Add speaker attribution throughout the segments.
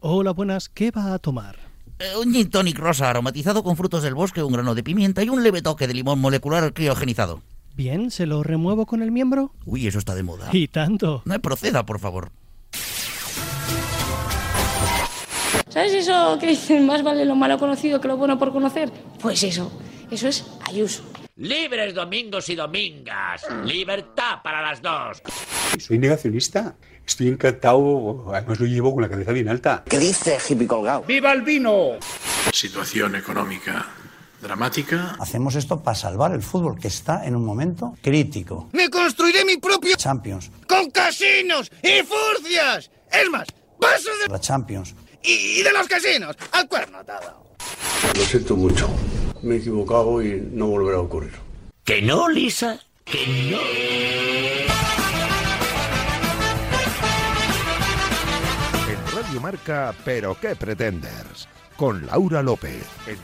Speaker 1: Hola, buenas. ¿Qué va a tomar?
Speaker 2: Eh, Un gin tonic rosa aromatizado con frutos del bosque, un grano de pimienta y un leve toque de limón molecular criogenizado.
Speaker 1: Bien, ¿se lo remuevo con el miembro?
Speaker 2: Uy, eso está de moda.
Speaker 1: Y tanto.
Speaker 2: No eh, proceda, por favor.
Speaker 3: ¿Sabes eso que dicen más vale lo malo conocido que lo bueno por conocer? Pues eso, eso es Ayuso.
Speaker 4: Libres domingos y domingas. Libertad para las dos.
Speaker 5: Soy negacionista. Estoy encantado. Además lo llevo con la cabeza bien alta.
Speaker 6: ¿Qué dice, hippie colgado?
Speaker 4: ¡Viva el vino!
Speaker 7: Situación económica dramática.
Speaker 6: Hacemos esto para salvar el fútbol que está en un momento crítico.
Speaker 4: ¡Me construiré mi propio
Speaker 6: Champions,
Speaker 4: con casinos y furcias! Es más, paso de...
Speaker 6: la Champions.
Speaker 4: Y, de los casinos, al cuerno
Speaker 7: Lo siento mucho. Me he equivocado y no volverá a ocurrir.
Speaker 4: ¿Que no, Lisa? ¿Que no?
Speaker 8: En Radio Marca, pero qué pretenders. Con Laura López. En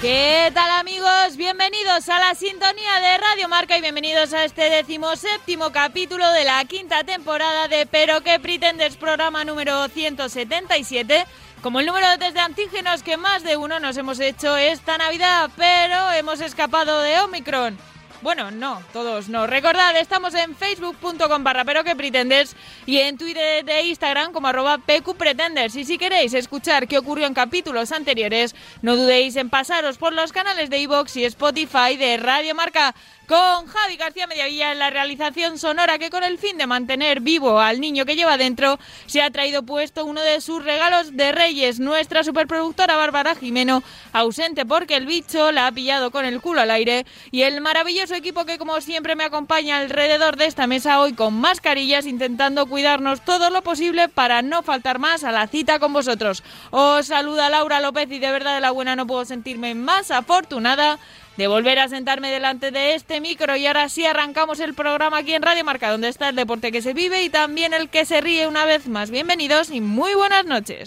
Speaker 9: ¿Qué tal amigos? Bienvenidos a la sintonía de Radio Marca y bienvenidos a este decimoséptimo capítulo de la quinta temporada de Pero qué pretendes programa número 177. Como el número de test de antígenos que más de uno nos hemos hecho esta Navidad, pero hemos escapado de Omicron. Bueno, no, todos no. Recordad, estamos en facebook.com barra pero que pretendes y en Twitter e Instagram como arroba pqpretenders. Y si queréis escuchar qué ocurrió en capítulos anteriores, no dudéis en pasaros por los canales de iVoox y Spotify de Radio Marca con Javi García Mediavilla en la realización sonora que con el fin de mantener vivo al niño que lleva dentro se ha traído puesto uno de sus regalos de Reyes, nuestra superproductora Bárbara Jimeno, ausente porque el bicho la ha pillado con el culo al aire y el maravilloso equipo que como siempre me acompaña alrededor de esta mesa hoy con mascarillas intentando cuidarnos todo lo posible para no faltar más a la cita con vosotros. Os saluda Laura López y de verdad de la buena no puedo sentirme más afortunada de volver a sentarme delante de este micro y ahora sí arrancamos el programa aquí en Radio Marca, donde está el deporte que se vive y también el que se ríe una vez más. Bienvenidos y muy buenas noches.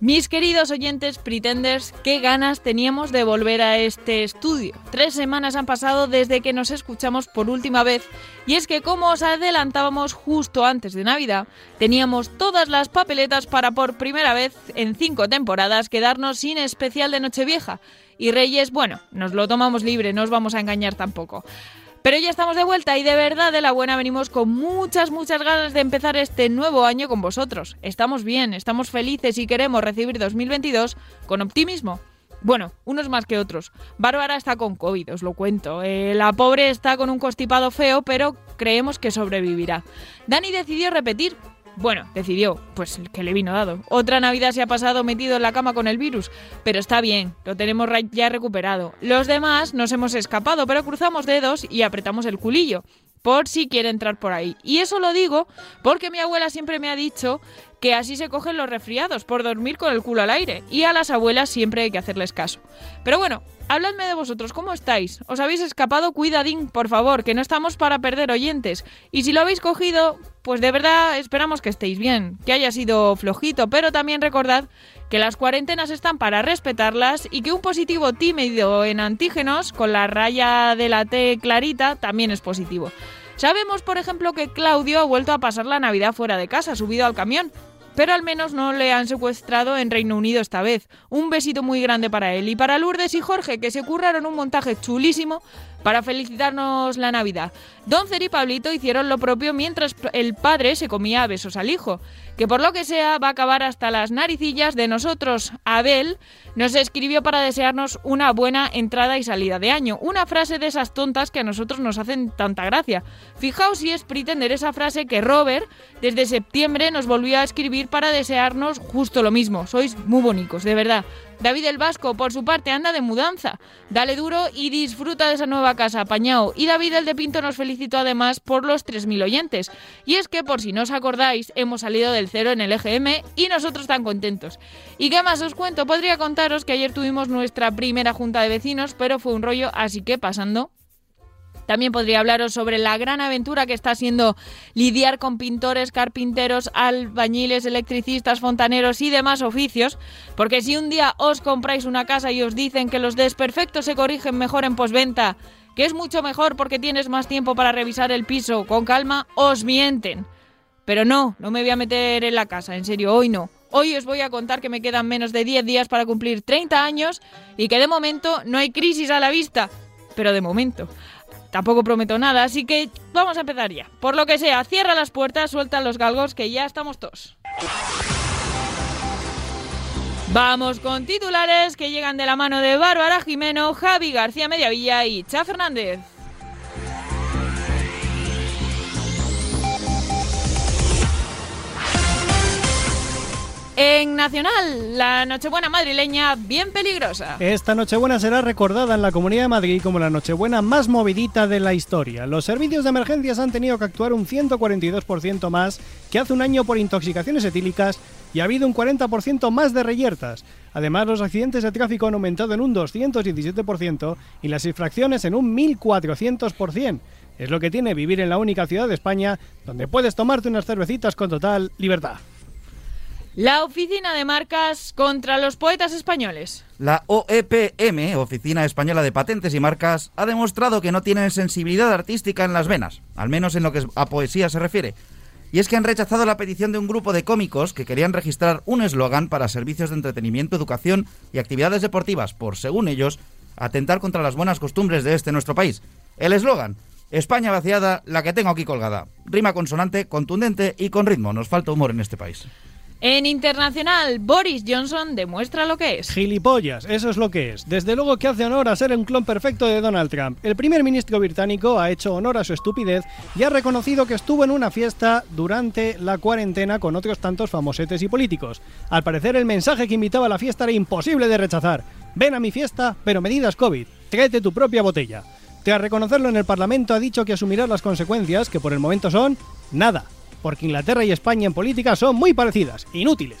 Speaker 9: Mis queridos oyentes pretenders, qué ganas teníamos de volver a este estudio. Tres semanas han pasado desde que nos escuchamos por última vez y es que como os adelantábamos justo antes de Navidad, teníamos todas las papeletas para por primera vez en cinco temporadas quedarnos sin especial de Nochevieja. Y Reyes, bueno, nos lo tomamos libre, no os vamos a engañar tampoco. Pero ya estamos de vuelta y de verdad de la buena venimos con muchas, muchas ganas de empezar este nuevo año con vosotros. Estamos bien, estamos felices y queremos recibir 2022 con optimismo. Bueno, unos más que otros. Bárbara está con COVID, os lo cuento. Eh, la pobre está con un constipado feo, pero creemos que sobrevivirá. Dani decidió repetir. Bueno, decidió, pues el que le vino dado. Otra Navidad se ha pasado metido en la cama con el virus, pero está bien, lo tenemos ra- ya recuperado. Los demás nos hemos escapado, pero cruzamos dedos y apretamos el culillo, por si quiere entrar por ahí. Y eso lo digo porque mi abuela siempre me ha dicho que así se cogen los resfriados, por dormir con el culo al aire. Y a las abuelas siempre hay que hacerles caso. Pero bueno, habladme de vosotros, ¿cómo estáis? ¿Os habéis escapado? Cuidadín, por favor, que no estamos para perder oyentes. Y si lo habéis cogido, pues de verdad esperamos que estéis bien, que haya sido flojito, pero también recordad que las cuarentenas están para respetarlas y que un positivo tímido en antígenos, con la raya de la T clarita, también es positivo. Sabemos, por ejemplo, que Claudio ha vuelto a pasar la Navidad fuera de casa, subido al camión. Pero al menos no le han secuestrado en Reino Unido esta vez. Un besito muy grande para él y para Lourdes y Jorge, que se curraron un montaje chulísimo para felicitarnos la Navidad. Doncer y Pablito hicieron lo propio mientras el padre se comía a besos al hijo, que por lo que sea va a acabar hasta las naricillas de nosotros. Abel nos escribió para desearnos una buena entrada y salida de año, una frase de esas tontas que a nosotros nos hacen tanta gracia. Fijaos si es pretender esa frase que Robert desde septiembre nos volvió a escribir para desearnos justo lo mismo. Sois muy bonitos, de verdad. David el Vasco, por su parte, anda de mudanza. Dale duro y disfruta de esa nueva casa, apañao. Y David el de Pinto nos felicitó además por los 3.000 oyentes. Y es que, por si no os acordáis, hemos salido del cero en el EGM y nosotros tan contentos. ¿Y qué más os cuento? Podría contaros que ayer tuvimos nuestra primera junta de vecinos, pero fue un rollo, así que pasando También podría hablaros sobre la gran aventura que está siendo lidiar con pintores, carpinteros, albañiles, electricistas, fontaneros y demás oficios, porque si un día os compráis una casa y os dicen que los desperfectos se corrigen mejor en posventa, que es mucho mejor porque tienes más tiempo para revisar el piso con calma, os mienten. Pero no, no me voy a meter en la casa, en serio, hoy no. Hoy os voy a contar que me quedan menos de 10 días para cumplir 30 años y que de momento no hay crisis a la vista. Pero de momento. Tampoco prometo nada, así que vamos a empezar ya. Por lo que sea, cierra las puertas, suelta los galgos que ya estamos todos. Vamos con titulares que llegan de la mano de Bárbara Jimeno, Javi García Mediavilla y Cha Fernández. En Nacional, la Nochebuena madrileña bien peligrosa.
Speaker 1: Esta Nochebuena será recordada en la Comunidad de Madrid como la Nochebuena más movidita de la historia. Los servicios de emergencias han tenido que actuar un 142% más que hace un año por intoxicaciones etílicas y ha habido un 40% más de reyertas. Además, los accidentes de tráfico han aumentado en un 217% y las infracciones en un 1400%. Es lo que tiene vivir en la única ciudad de España donde puedes tomarte unas cervecitas con total libertad.
Speaker 9: La oficina de marcas contra los poetas españoles.
Speaker 2: La OEPM, Oficina Española de Patentes y Marcas, ha demostrado que no tienen sensibilidad artística en las venas, al menos en lo que a poesía se refiere. Y es que han rechazado la petición de un grupo de cómicos que querían registrar un eslogan para servicios de entretenimiento, educación y actividades deportivas, por, según ellos, atentar contra las buenas costumbres de este nuestro país. El eslogan, España vaciada, la que tengo aquí colgada. Rima consonante, contundente y con ritmo. Nos falta humor en este país.
Speaker 9: En internacional, Boris Johnson demuestra lo que es.
Speaker 1: Gilipollas, eso es lo que es. Desde luego que hace honor a ser un clon perfecto de Donald Trump. El primer ministro británico ha hecho honor a su estupidez y ha reconocido que estuvo en una fiesta durante la cuarentena con otros tantos famosetes y políticos. Al parecer el mensaje que invitaba a la fiesta era imposible de rechazar. Ven a mi fiesta, pero medidas COVID. Tráete tu propia botella. Tras reconocerlo en el Parlamento ha dicho que asumirá las consecuencias, que por el momento son nada. Porque Inglaterra y España en política son muy parecidas, inútiles.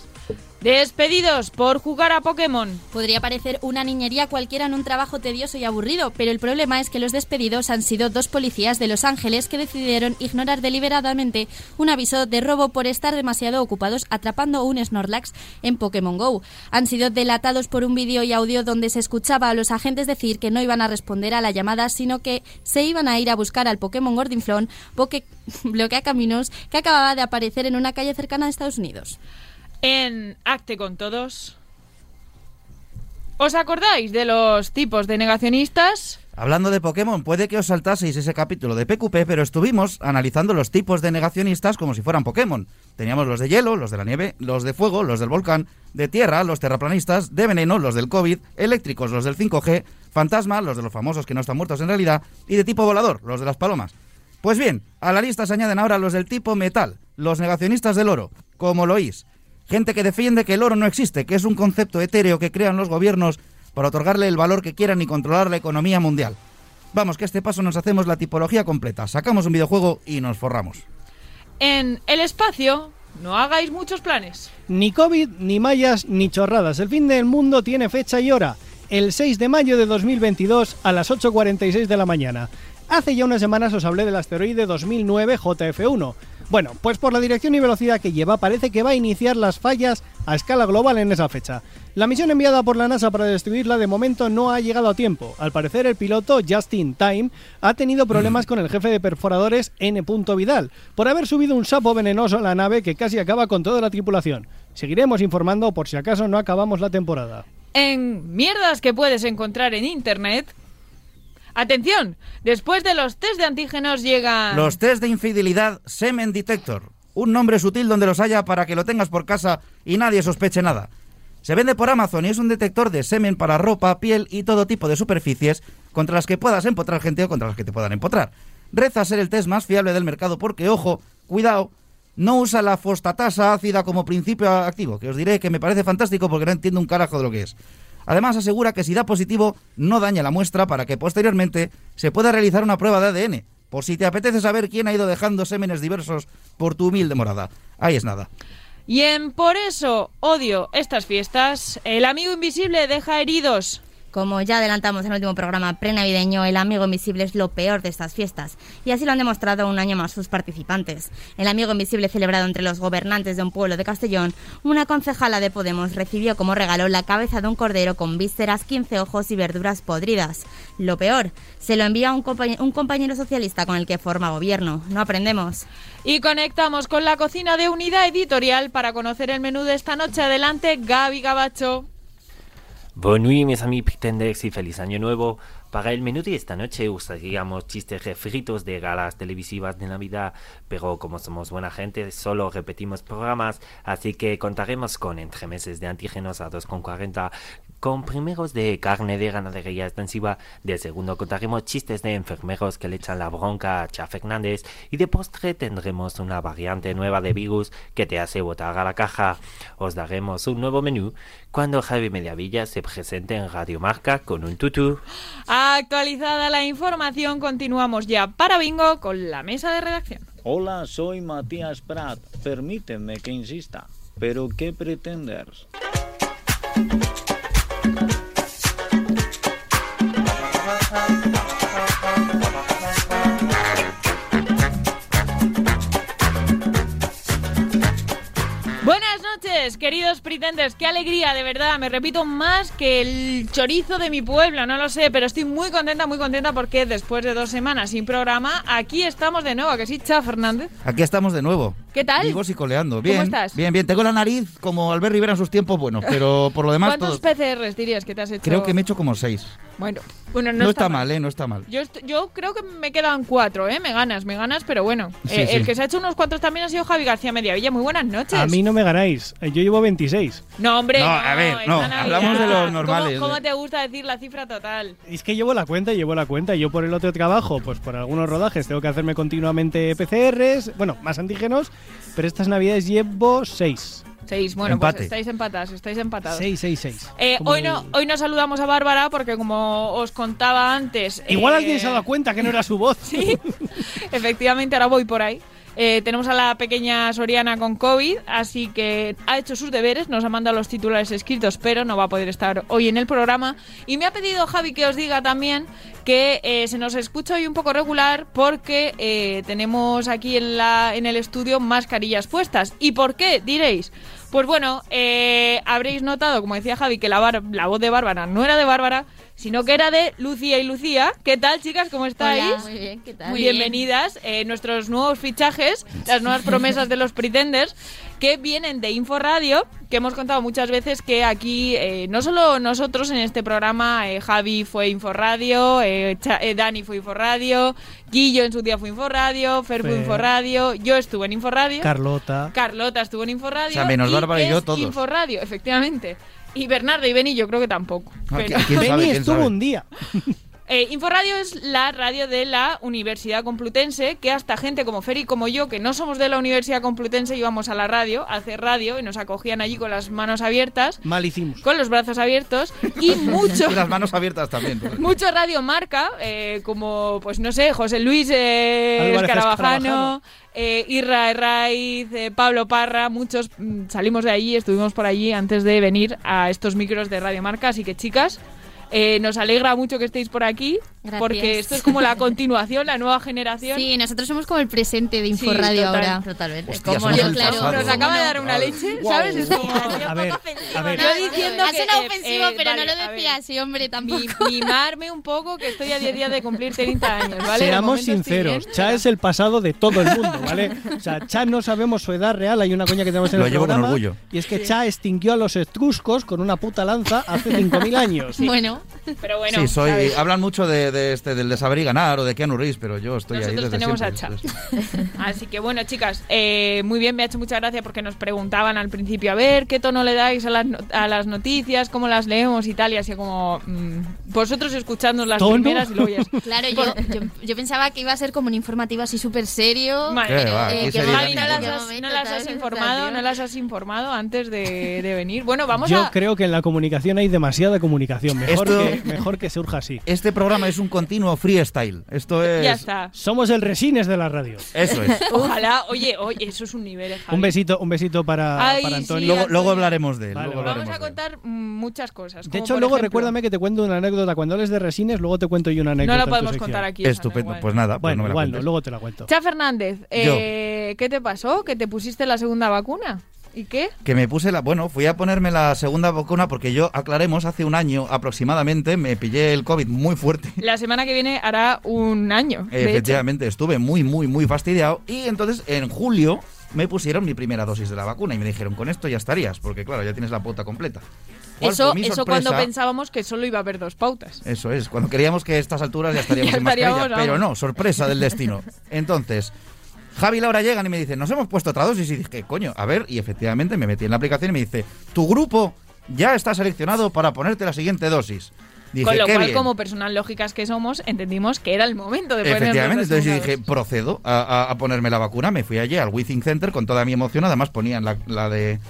Speaker 9: Despedidos por jugar a Pokémon.
Speaker 10: Podría parecer una niñería cualquiera en un trabajo tedioso y aburrido, pero el problema es que los despedidos han sido dos policías de Los Ángeles que decidieron ignorar deliberadamente un aviso de robo por estar demasiado ocupados atrapando un Snorlax en Pokémon Go. Han sido delatados por un vídeo y audio donde se escuchaba a los agentes decir que no iban a responder a la llamada, sino que se iban a ir a buscar al Pokémon Gordinflón, porque bloquea caminos que acababa de aparecer en una calle cercana a Estados Unidos
Speaker 9: en Acte con Todos. ¿Os acordáis de los tipos de negacionistas?
Speaker 2: Hablando de Pokémon, puede que os saltaseis ese capítulo de PQP, pero estuvimos analizando los tipos de negacionistas como si fueran Pokémon. Teníamos los de hielo, los de la nieve, los de fuego, los del volcán, de tierra, los terraplanistas, de veneno, los del COVID, eléctricos, los del 5G, fantasma, los de los famosos que no están muertos en realidad, y de tipo volador, los de las palomas. Pues bien, a la lista se añaden ahora los del tipo metal, los negacionistas del oro, como lo oís. Gente que defiende que el oro no existe, que es un concepto etéreo que crean los gobiernos para otorgarle el valor que quieran y controlar la economía mundial. Vamos, que a este paso nos hacemos la tipología completa, sacamos un videojuego y nos forramos.
Speaker 9: En el espacio, no hagáis muchos planes.
Speaker 1: Ni COVID, ni mallas, ni chorradas. El fin del mundo tiene fecha y hora. El 6 de mayo de 2022 a las 8.46 de la mañana. Hace ya unas semanas os hablé del asteroide 2009 JF1. Bueno, pues por la dirección y velocidad que lleva parece que va a iniciar las fallas a escala global en esa fecha. La misión enviada por la NASA para destruirla de momento no ha llegado a tiempo. Al parecer el piloto Justin Time ha tenido problemas con el jefe de perforadores N. Vidal por haber subido un sapo venenoso a la nave que casi acaba con toda la tripulación. Seguiremos informando por si acaso no acabamos la temporada.
Speaker 9: En mierdas que puedes encontrar en internet. Atención, después de los test de antígenos llegan
Speaker 2: Los test de infidelidad Semen Detector. Un nombre sutil donde los haya para que lo tengas por casa y nadie sospeche nada. Se vende por Amazon y es un detector de semen para ropa, piel y todo tipo de superficies contra las que puedas empotrar gente o contra las que te puedan empotrar. Reza ser el test más fiable del mercado porque, ojo, cuidado, no usa la fostatasa ácida como principio activo, que os diré que me parece fantástico porque no entiendo un carajo de lo que es. Además, asegura que si da positivo, no daña la muestra para que posteriormente se pueda realizar una prueba de ADN, por si te apetece saber quién ha ido dejando sémenes diversos por tu humilde morada. Ahí es nada.
Speaker 9: Y en Por eso odio estas fiestas, el amigo invisible deja heridos.
Speaker 10: Como ya adelantamos en el último programa prenavideño, el amigo invisible es lo peor de estas fiestas, y así lo han demostrado un año más sus participantes. El amigo invisible celebrado entre los gobernantes de un pueblo de Castellón, una concejala de Podemos recibió como regalo la cabeza de un cordero con vísceras, 15 ojos y verduras podridas. Lo peor, se lo envía un, compañe- un compañero socialista con el que forma gobierno. No aprendemos.
Speaker 9: Y conectamos con la cocina de Unidad Editorial para conocer el menú de esta noche. Adelante, Gaby Gabacho.
Speaker 11: Bonne nuit, mes amis pretenders y feliz año nuevo. Para el menú de esta noche usaríamos chistes refritos de galas televisivas de Navidad, pero como somos buena gente, solo repetimos programas, así que contaremos con entremeses de antígenos a 2,40, con primeros de carne de ganadería extensiva, de segundo contaremos chistes de enfermeros que le echan la bronca a Cha Fernández y de postre tendremos una variante nueva de virus que te hace botar a la caja. Os daremos un nuevo menú cuando Javi Mediavilla se presente en Radio Marca con un tutú.
Speaker 9: Actualizada la información, continuamos ya para Bingo con la mesa de redacción.
Speaker 12: Hola, soy Matías Prat. Permíteme que insista. ¿Pero qué pretendes?
Speaker 9: Buenas noches, queridos pretenders. Qué alegría, de verdad. Me repito más que el chorizo de mi pueblo, no lo sé, pero estoy muy contenta, muy contenta porque después de dos semanas sin programa, aquí estamos de nuevo. ¿A Que sí, Cha Fernández.
Speaker 2: Aquí estamos de nuevo.
Speaker 9: ¿Qué tal?
Speaker 2: Vivos y coleando. Bien,
Speaker 9: estás?
Speaker 2: bien, bien. Tengo la nariz como Albert Rivera en sus tiempos buenos, pero por lo demás
Speaker 9: ¿Cuántos
Speaker 2: todo-
Speaker 9: PCRs dirías que te has hecho?
Speaker 2: Creo que me he hecho como seis.
Speaker 9: Bueno, bueno,
Speaker 2: No,
Speaker 9: no,
Speaker 2: está mal, ¿eh? No está mal.
Speaker 9: Yo, est- yo creo que me quedan cuatro, ¿eh? Me ganas, me ganas, pero bueno.
Speaker 2: Sí,
Speaker 9: Eh, El
Speaker 2: sí.
Speaker 9: que se ha hecho unos cuatro también ha sido Javi García Mediavilla. Muy buenas noches.
Speaker 1: A mí no me ganáis. eh, Yo llevo 26.
Speaker 9: No, hombre,
Speaker 1: No,
Speaker 9: no,
Speaker 1: a ver,
Speaker 9: esta
Speaker 1: no,
Speaker 9: Navidad.
Speaker 1: hablamos de los
Speaker 9: ¿Cómo-
Speaker 1: normales. eh.
Speaker 9: ¿Cómo, te gusta decir la cifra total?
Speaker 1: Es que llevo la cuenta, llevo la cuenta. Yo por el otro trabajo, pues por algunos rodajes tengo que hacerme continuamente PCRs, bueno, más antígenos, pero estas navidades llevo 6.
Speaker 9: Seis, bueno,
Speaker 1: Empate.
Speaker 9: pues estáis empatados, estáis empatados.
Speaker 1: 6, 6, 6.
Speaker 9: Eh, hoy, no, hoy no saludamos a Bárbara porque, como os contaba antes.
Speaker 1: Igual
Speaker 9: eh,
Speaker 1: alguien se ha dado cuenta que no era su voz.
Speaker 9: Sí. Efectivamente, ahora voy por ahí. Eh, tenemos a la pequeña Soriana con COVID, así que ha hecho sus deberes, nos ha mandado los titulares escritos, pero no va a poder estar hoy en el programa. Y me ha pedido Javi que os diga también que eh, se nos escucha hoy un poco regular porque eh, tenemos aquí en, la, en el estudio mascarillas puestas. ¿Y por qué? Diréis. Pues bueno, eh, habréis notado, como decía Javi, que la, bar- la voz de Bárbara no era de Bárbara, sino que era de Lucía y Lucía. ¿Qué tal, chicas? ¿Cómo estáis?
Speaker 10: Hola, muy bien, ¿qué tal?
Speaker 9: Muy
Speaker 10: Bien.
Speaker 9: bienvenidas eh, nuestros nuevos fichajes, las nuevas promesas de los Pretenders que vienen de Inforadio, que hemos contado muchas veces que aquí, eh, no solo nosotros en este programa, eh, Javi fue Inforadio, eh, Cha- eh, Dani fue Inforadio, Guillo en su día fue Inforadio, Fer fue
Speaker 1: Fer.
Speaker 9: Inforadio, yo estuve en Inforadio.
Speaker 1: Carlota.
Speaker 9: Carlota estuvo en Inforradio.
Speaker 2: O sea, menos Bárbara y
Speaker 9: es
Speaker 2: yo todos.
Speaker 9: Inforradio, efectivamente. Y Bernardo y Beni yo creo que tampoco.
Speaker 2: Ah,
Speaker 9: Pero-
Speaker 2: ¿quién- quién sabe, quién sabe?
Speaker 1: día.
Speaker 9: Eh, Inforradio es la radio de la Universidad Complutense, que hasta gente como Fer y como yo, que no somos de la Universidad Complutense, íbamos a la radio, a hacer radio, y nos acogían allí con las manos abiertas,
Speaker 1: Mal hicimos.
Speaker 9: con los brazos abiertos, y mucho...
Speaker 2: Y las manos abiertas también.
Speaker 9: Mucho Radio Marca, eh, como, pues no sé, José Luis eh,
Speaker 2: Álvarez
Speaker 9: Escarabajano,
Speaker 2: Escarabajano.
Speaker 9: eh, Irra Herraiz, eh, Pablo Parra, muchos mm, salimos de allí, estuvimos por allí antes de venir a estos micros de Radio Marca. Así que, chicas, eh, nos alegra mucho que estéis por aquí,
Speaker 10: Gracias.
Speaker 9: porque esto es como la continuación, la nueva generación.
Speaker 10: Sí, nosotros somos como el presente de Inforradio
Speaker 9: total,
Speaker 10: ahora.
Speaker 9: totalmente.
Speaker 10: Hostia,
Speaker 9: Como
Speaker 10: somos
Speaker 9: nos-
Speaker 10: el
Speaker 9: claro,
Speaker 10: pasado.
Speaker 9: nos acaba de dar una leche, ¿sabes? Es como-
Speaker 1: A ver, a ver.
Speaker 9: Yo diciendo
Speaker 10: Ha
Speaker 9: que,
Speaker 10: sonado
Speaker 9: eh,
Speaker 10: ofensivo,
Speaker 9: eh,
Speaker 10: pero no
Speaker 9: vale,
Speaker 10: lo
Speaker 9: a ver.
Speaker 10: decía así, hombre, tampoco.
Speaker 9: Mi- mimarme un poco que estoy a 10 días de cumplir 30 años, ¿vale? De
Speaker 1: Seamos
Speaker 9: momento estoy bien.
Speaker 1: sinceros, Cha es el pasado de todo el mundo, ¿vale? O sea, Cha no sabemos su edad real, hay una coña que tenemos en
Speaker 2: Lo
Speaker 1: el
Speaker 2: llevo con
Speaker 1: programa,
Speaker 2: orgullo.
Speaker 1: Y es que Cha extinguió a los etruscos con una puta lanza hace 5.000 años.
Speaker 10: Bueno.
Speaker 9: Pero bueno,
Speaker 2: Sí, soy.
Speaker 9: ¿sabes?
Speaker 2: Hablan mucho de, de este, del de saber y ganar o de Keanu Reeves, pero yo estoy ahí.
Speaker 9: Nosotros
Speaker 2: desde
Speaker 9: tenemos a
Speaker 2: siempre.
Speaker 9: Así que bueno, chicas, eh, muy bien, me ha hecho mucha gracia porque nos preguntaban al principio, a ver, ¿qué tono le dais a las, no- a las noticias? ¿Cómo las leemos y tal? Y así como, mm, vosotros escuchando las
Speaker 10: ¿Tono?
Speaker 9: primeras y luego ya es-
Speaker 10: Claro, yo, yo, yo pensaba que iba a ser como un informativo así súper serio.
Speaker 9: Madre
Speaker 2: Qué va,
Speaker 10: Eh,
Speaker 2: qué
Speaker 10: que
Speaker 2: seriedad
Speaker 10: Javi no
Speaker 2: ninguna.
Speaker 10: las ha-
Speaker 9: ¿No las has
Speaker 10: Total,
Speaker 9: informado?
Speaker 10: total.
Speaker 9: ¿No las has informado antes de, de venir? Bueno, vamos
Speaker 1: Yo
Speaker 9: a...
Speaker 1: creo que en la comunicación hay demasiada comunicación. Mejor
Speaker 2: Esto,
Speaker 1: que que, mejor que surja así.
Speaker 2: Este programa es un continuo freestyle. Esto es.
Speaker 9: Ya está.
Speaker 1: Somos el resines de la radio.
Speaker 2: Eso es.
Speaker 9: Ojalá, oye, oye, eso es un nivel. eh, Javi.
Speaker 1: Un besito, un besito para,
Speaker 9: Ay,
Speaker 1: para
Speaker 9: sí,
Speaker 1: Antonio.
Speaker 2: Luego, luego hablaremos de él.
Speaker 1: Vale,
Speaker 2: luego
Speaker 1: vale.
Speaker 9: Vamos
Speaker 2: hablaremos
Speaker 9: a
Speaker 2: de él.
Speaker 9: contar mm, muchas cosas.
Speaker 1: de
Speaker 9: como
Speaker 1: hecho,
Speaker 9: por
Speaker 1: luego
Speaker 9: ejemplo-
Speaker 1: recuérdame que te cuento una anécdota. Cuando hables de resines, luego te cuento yo una anécdota.
Speaker 9: No la
Speaker 1: en tu
Speaker 9: podemos
Speaker 1: sección.
Speaker 9: contar aquí. esa, da
Speaker 2: Estupendo.
Speaker 9: igual.
Speaker 2: Pues nada, pues
Speaker 1: Bueno,
Speaker 2: no me la
Speaker 1: igual no,
Speaker 2: cuentes.
Speaker 1: luego te la cuento.
Speaker 9: Cha Fernández, eh, ¿qué te pasó? ¿Que te pusiste la segunda vacuna? ¿Y qué?
Speaker 2: Que me puse la. Bueno, fui a ponerme la segunda vacuna porque yo, aclaremos, hace un año aproximadamente me pillé el COVID muy fuerte.
Speaker 9: La semana que viene hará un año. de hecho.
Speaker 2: Efectivamente, estuve muy, muy, muy fastidiado. Y entonces en julio me pusieron mi primera dosis de la vacuna y me dijeron, con esto ya estarías, porque claro, ya tienes la pauta completa. ¿Cuál
Speaker 9: Eso,
Speaker 2: fue mi
Speaker 9: eso
Speaker 2: sorpresa?
Speaker 9: cuando pensábamos que solo iba a haber dos pautas.
Speaker 2: Eso es, cuando creíamos que a estas alturas ya estaríamos
Speaker 9: Ya
Speaker 2: en mascarilla,
Speaker 9: estaríamos, vamos.
Speaker 2: pero no, sorpresa del destino. Entonces, Javi y Laura llegan y me dicen, nos hemos puesto otra dosis, y dije, coño, a ver, y efectivamente me metí en la aplicación y me dice, tu grupo ya está seleccionado para ponerte la siguiente dosis. Dije,
Speaker 9: Con lo
Speaker 2: "Qué
Speaker 9: cual,
Speaker 2: bien".
Speaker 9: como personas lógicas que somos, entendimos que era el momento de ponernos
Speaker 2: Efectivamente,
Speaker 9: la
Speaker 2: entonces yo
Speaker 9: segunda
Speaker 2: dije, procedo a, a- a ponerme la vacuna. Me fui allí al Withing Center con toda mi emoción. Además, ponían la, la de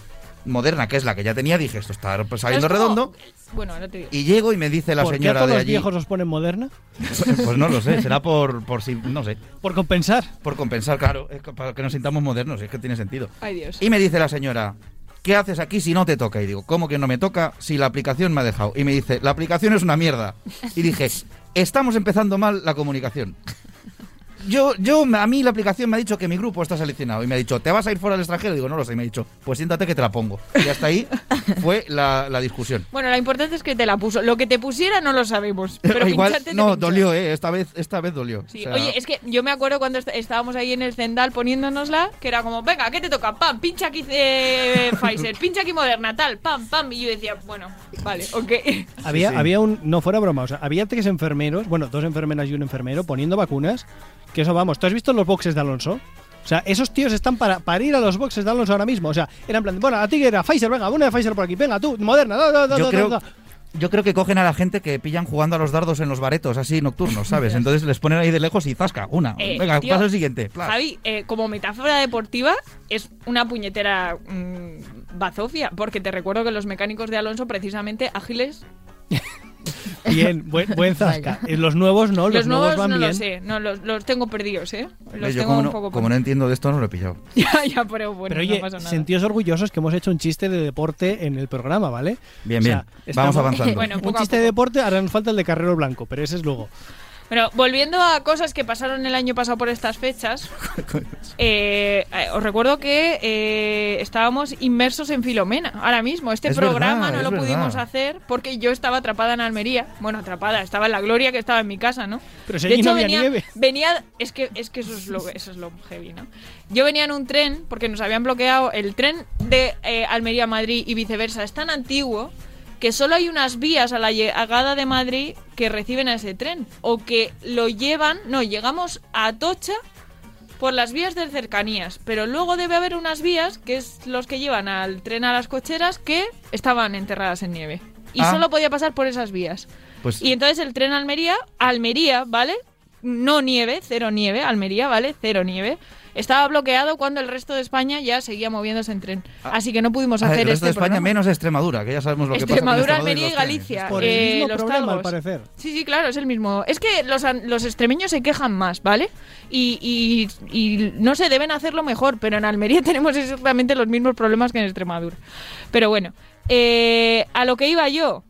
Speaker 2: Moderna, que es la que ya tenía. Dije, esto está pues,
Speaker 9: dosis.
Speaker 2: saliendo
Speaker 9: Es como-
Speaker 2: redondo.
Speaker 9: Bueno, ahora te digo.
Speaker 2: Y llego y me dice la
Speaker 1: ¿Por qué a
Speaker 2: señora
Speaker 1: todos
Speaker 2: de
Speaker 1: los
Speaker 2: allí.
Speaker 1: viejos os ponen moderna?
Speaker 2: Pues no lo sé, será por, por si. No sé,
Speaker 1: Por compensar.
Speaker 2: por compensar, claro, es que para que nos sintamos modernos, es que tiene sentido.
Speaker 9: Ay, Dios.
Speaker 2: Y me dice la señora. ¿Qué haces aquí si no te toca? Y digo, ¿cómo que no me toca si la aplicación me ha dejado? Y me dice, la aplicación es una mierda. Y dije, estamos empezando mal la comunicación. Yo, yo, a mí la aplicación me ha dicho que mi grupo está seleccionado y me ha dicho, ¿te vas a ir fuera al extranjero? digo, no lo sé. Y me ha dicho, pues siéntate que te la pongo. Y hasta ahí fue la, la discusión.
Speaker 9: Bueno, lo importante es que te la puso. Lo que te pusiera no lo sabemos. Pero
Speaker 2: Igual,
Speaker 9: pincharte te
Speaker 2: no,
Speaker 9: pinchó.
Speaker 2: dolió, ¿eh? Esta vez, esta vez dolió.
Speaker 9: Sí,
Speaker 2: O sea,
Speaker 9: Oye, es que yo me acuerdo cuando est- estábamos ahí en el Zendal poniéndonosla, que era como, venga, ¿qué te toca? Pam, pincha aquí eh, Pfizer, pincha aquí Moderna, tal, pam, pam. Y yo decía, bueno, vale, ok.
Speaker 1: Había,
Speaker 2: sí.
Speaker 1: había un. No fuera broma, o sea, había tres enfermeros, bueno, dos enfermeras y un enfermero poniendo vacunas. Que eso vamos. ¿Tú has visto los boxes de Alonso? O sea, esos tíos están para, para ir a los boxes de Alonso ahora mismo. O sea, eran en plan, bueno, a ti que era Pfizer, venga, una de Pfizer por aquí, venga, tú, moderna, da, da, da,
Speaker 2: yo
Speaker 1: da,
Speaker 2: creo,
Speaker 1: da.
Speaker 2: yo creo que cogen a la gente que pillan jugando a los dardos en los baretos, así nocturnos, ¿sabes? Entonces les ponen ahí de lejos y zasca, una.
Speaker 9: Eh,
Speaker 2: Venga,
Speaker 9: tío,
Speaker 2: pasa el siguiente. plas.
Speaker 9: Javi, eh, como metáfora deportiva, es una puñetera mm, bazofia, porque te recuerdo que los mecánicos de Alonso, precisamente, ágiles,
Speaker 1: Bien, buen, buen zasca. Eh, Los nuevos
Speaker 2: Oh,
Speaker 1: no, los,
Speaker 9: los, nuevos,
Speaker 1: van
Speaker 9: no
Speaker 1: bien.
Speaker 9: lo sé, no, los, los tengo perdidos, ¿eh? Los
Speaker 2: Yo
Speaker 9: tengo
Speaker 2: como
Speaker 9: un
Speaker 2: no-
Speaker 9: poco
Speaker 2: como no entiendo de esto, no lo he pillado.
Speaker 9: ya, ya, pero bueno,
Speaker 1: Pero
Speaker 9: no
Speaker 1: oye,
Speaker 9: pasa nada.
Speaker 1: sentíos orgullosos que hemos hecho un chiste de deporte en el programa, ¿vale?
Speaker 2: Bien,
Speaker 1: O sea,
Speaker 2: bien. Vamos avanzando.
Speaker 9: Bueno,
Speaker 1: un
Speaker 9: poco a
Speaker 1: chiste de
Speaker 9: poco.
Speaker 1: deporte, ahora nos falta el de Carrero Blanco, pero ese es luego.
Speaker 9: Bueno, volviendo a cosas que pasaron el año pasado por estas fechas, eh, eh, os recuerdo que eh, estábamos inmersos en Filomena ahora mismo. Este
Speaker 2: Es
Speaker 9: programa
Speaker 2: verdad,
Speaker 9: no
Speaker 2: es
Speaker 9: lo
Speaker 2: verdad.
Speaker 9: pudimos hacer porque yo estaba atrapada en Almería. Bueno, atrapada, estaba en la gloria que estaba en mi casa, ¿no?
Speaker 1: Pero si allí no había
Speaker 9: venía,
Speaker 1: nieve.
Speaker 9: venía- es que, es que eso, es lo, eso es lo heavy, ¿no? Yo venía en un tren porque nos habían bloqueado el tren de eh, Almería a Madrid y viceversa. Es tan antiguo que solo hay unas vías a la llegada de Madrid que reciben a ese tren o que lo llevan, no, llegamos a Atocha por las vías de cercanías, pero luego debe haber unas vías que es los que llevan al tren a las cocheras que estaban enterradas en nieve y
Speaker 2: Ah.
Speaker 9: solo podía pasar por esas vías.
Speaker 2: Pues
Speaker 9: Y entonces el tren a Almería, Almería, ¿vale? No nieve, cero nieve, Almería, ¿vale? Cero nieve. Estaba bloqueado cuando el resto de España ya seguía moviéndose en tren. Así que no pudimos
Speaker 2: Ah,
Speaker 9: hacer
Speaker 2: el resto
Speaker 9: este
Speaker 2: de España
Speaker 9: programa.
Speaker 2: menos Extremadura, que ya sabemos lo que pasa este con
Speaker 9: Extremadura,
Speaker 2: Extremadura
Speaker 9: Almería y
Speaker 2: los trenes.
Speaker 9: Galicia.
Speaker 1: Por
Speaker 9: Eh,
Speaker 1: el mismo
Speaker 9: los
Speaker 1: problema, al
Speaker 9: talgos.
Speaker 1: parecer.
Speaker 9: Sí, sí, claro, es el mismo. Es que los, an- los extremeños se quejan más, ¿vale? Y, y- y no se deben hacerlo mejor, pero en Almería tenemos exactamente los mismos problemas que en Extremadura. Pero bueno, eh, a lo que iba yo,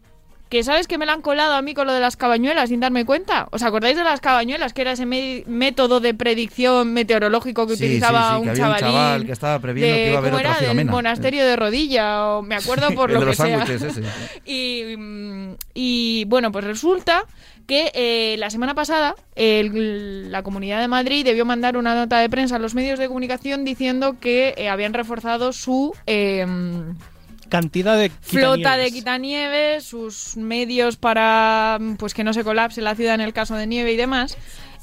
Speaker 9: que sabes que me la han colado a mí con lo de las cabañuelas sin darme cuenta. ¿Os acordáis de las cabañuelas, que era ese me- método de predicción meteorológico que
Speaker 2: Sí, sí,
Speaker 9: utilizaba
Speaker 2: sí, que
Speaker 9: un,
Speaker 2: había un
Speaker 9: chavalín
Speaker 2: chaval que estaba previendo que
Speaker 9: de-
Speaker 2: iba a haber
Speaker 9: ¿cómo
Speaker 2: otra
Speaker 9: era? del
Speaker 2: Filomena.
Speaker 9: monasterio de rodilla, o me acuerdo por
Speaker 2: El
Speaker 9: lo
Speaker 2: de los
Speaker 9: que sea.
Speaker 2: sándwiches, ese.
Speaker 9: Y, mm, y, bueno, pues resulta que eh, la semana pasada el- la Comunidad de Madrid debió mandar una nota de prensa a los medios de comunicación diciendo que eh, habían reforzado su eh,
Speaker 1: Cantidad de
Speaker 9: flota de
Speaker 1: quitanieves.
Speaker 9: quitanieves, sus medios para mm, pues que no se colapse la ciudad en el caso de nieve y demás.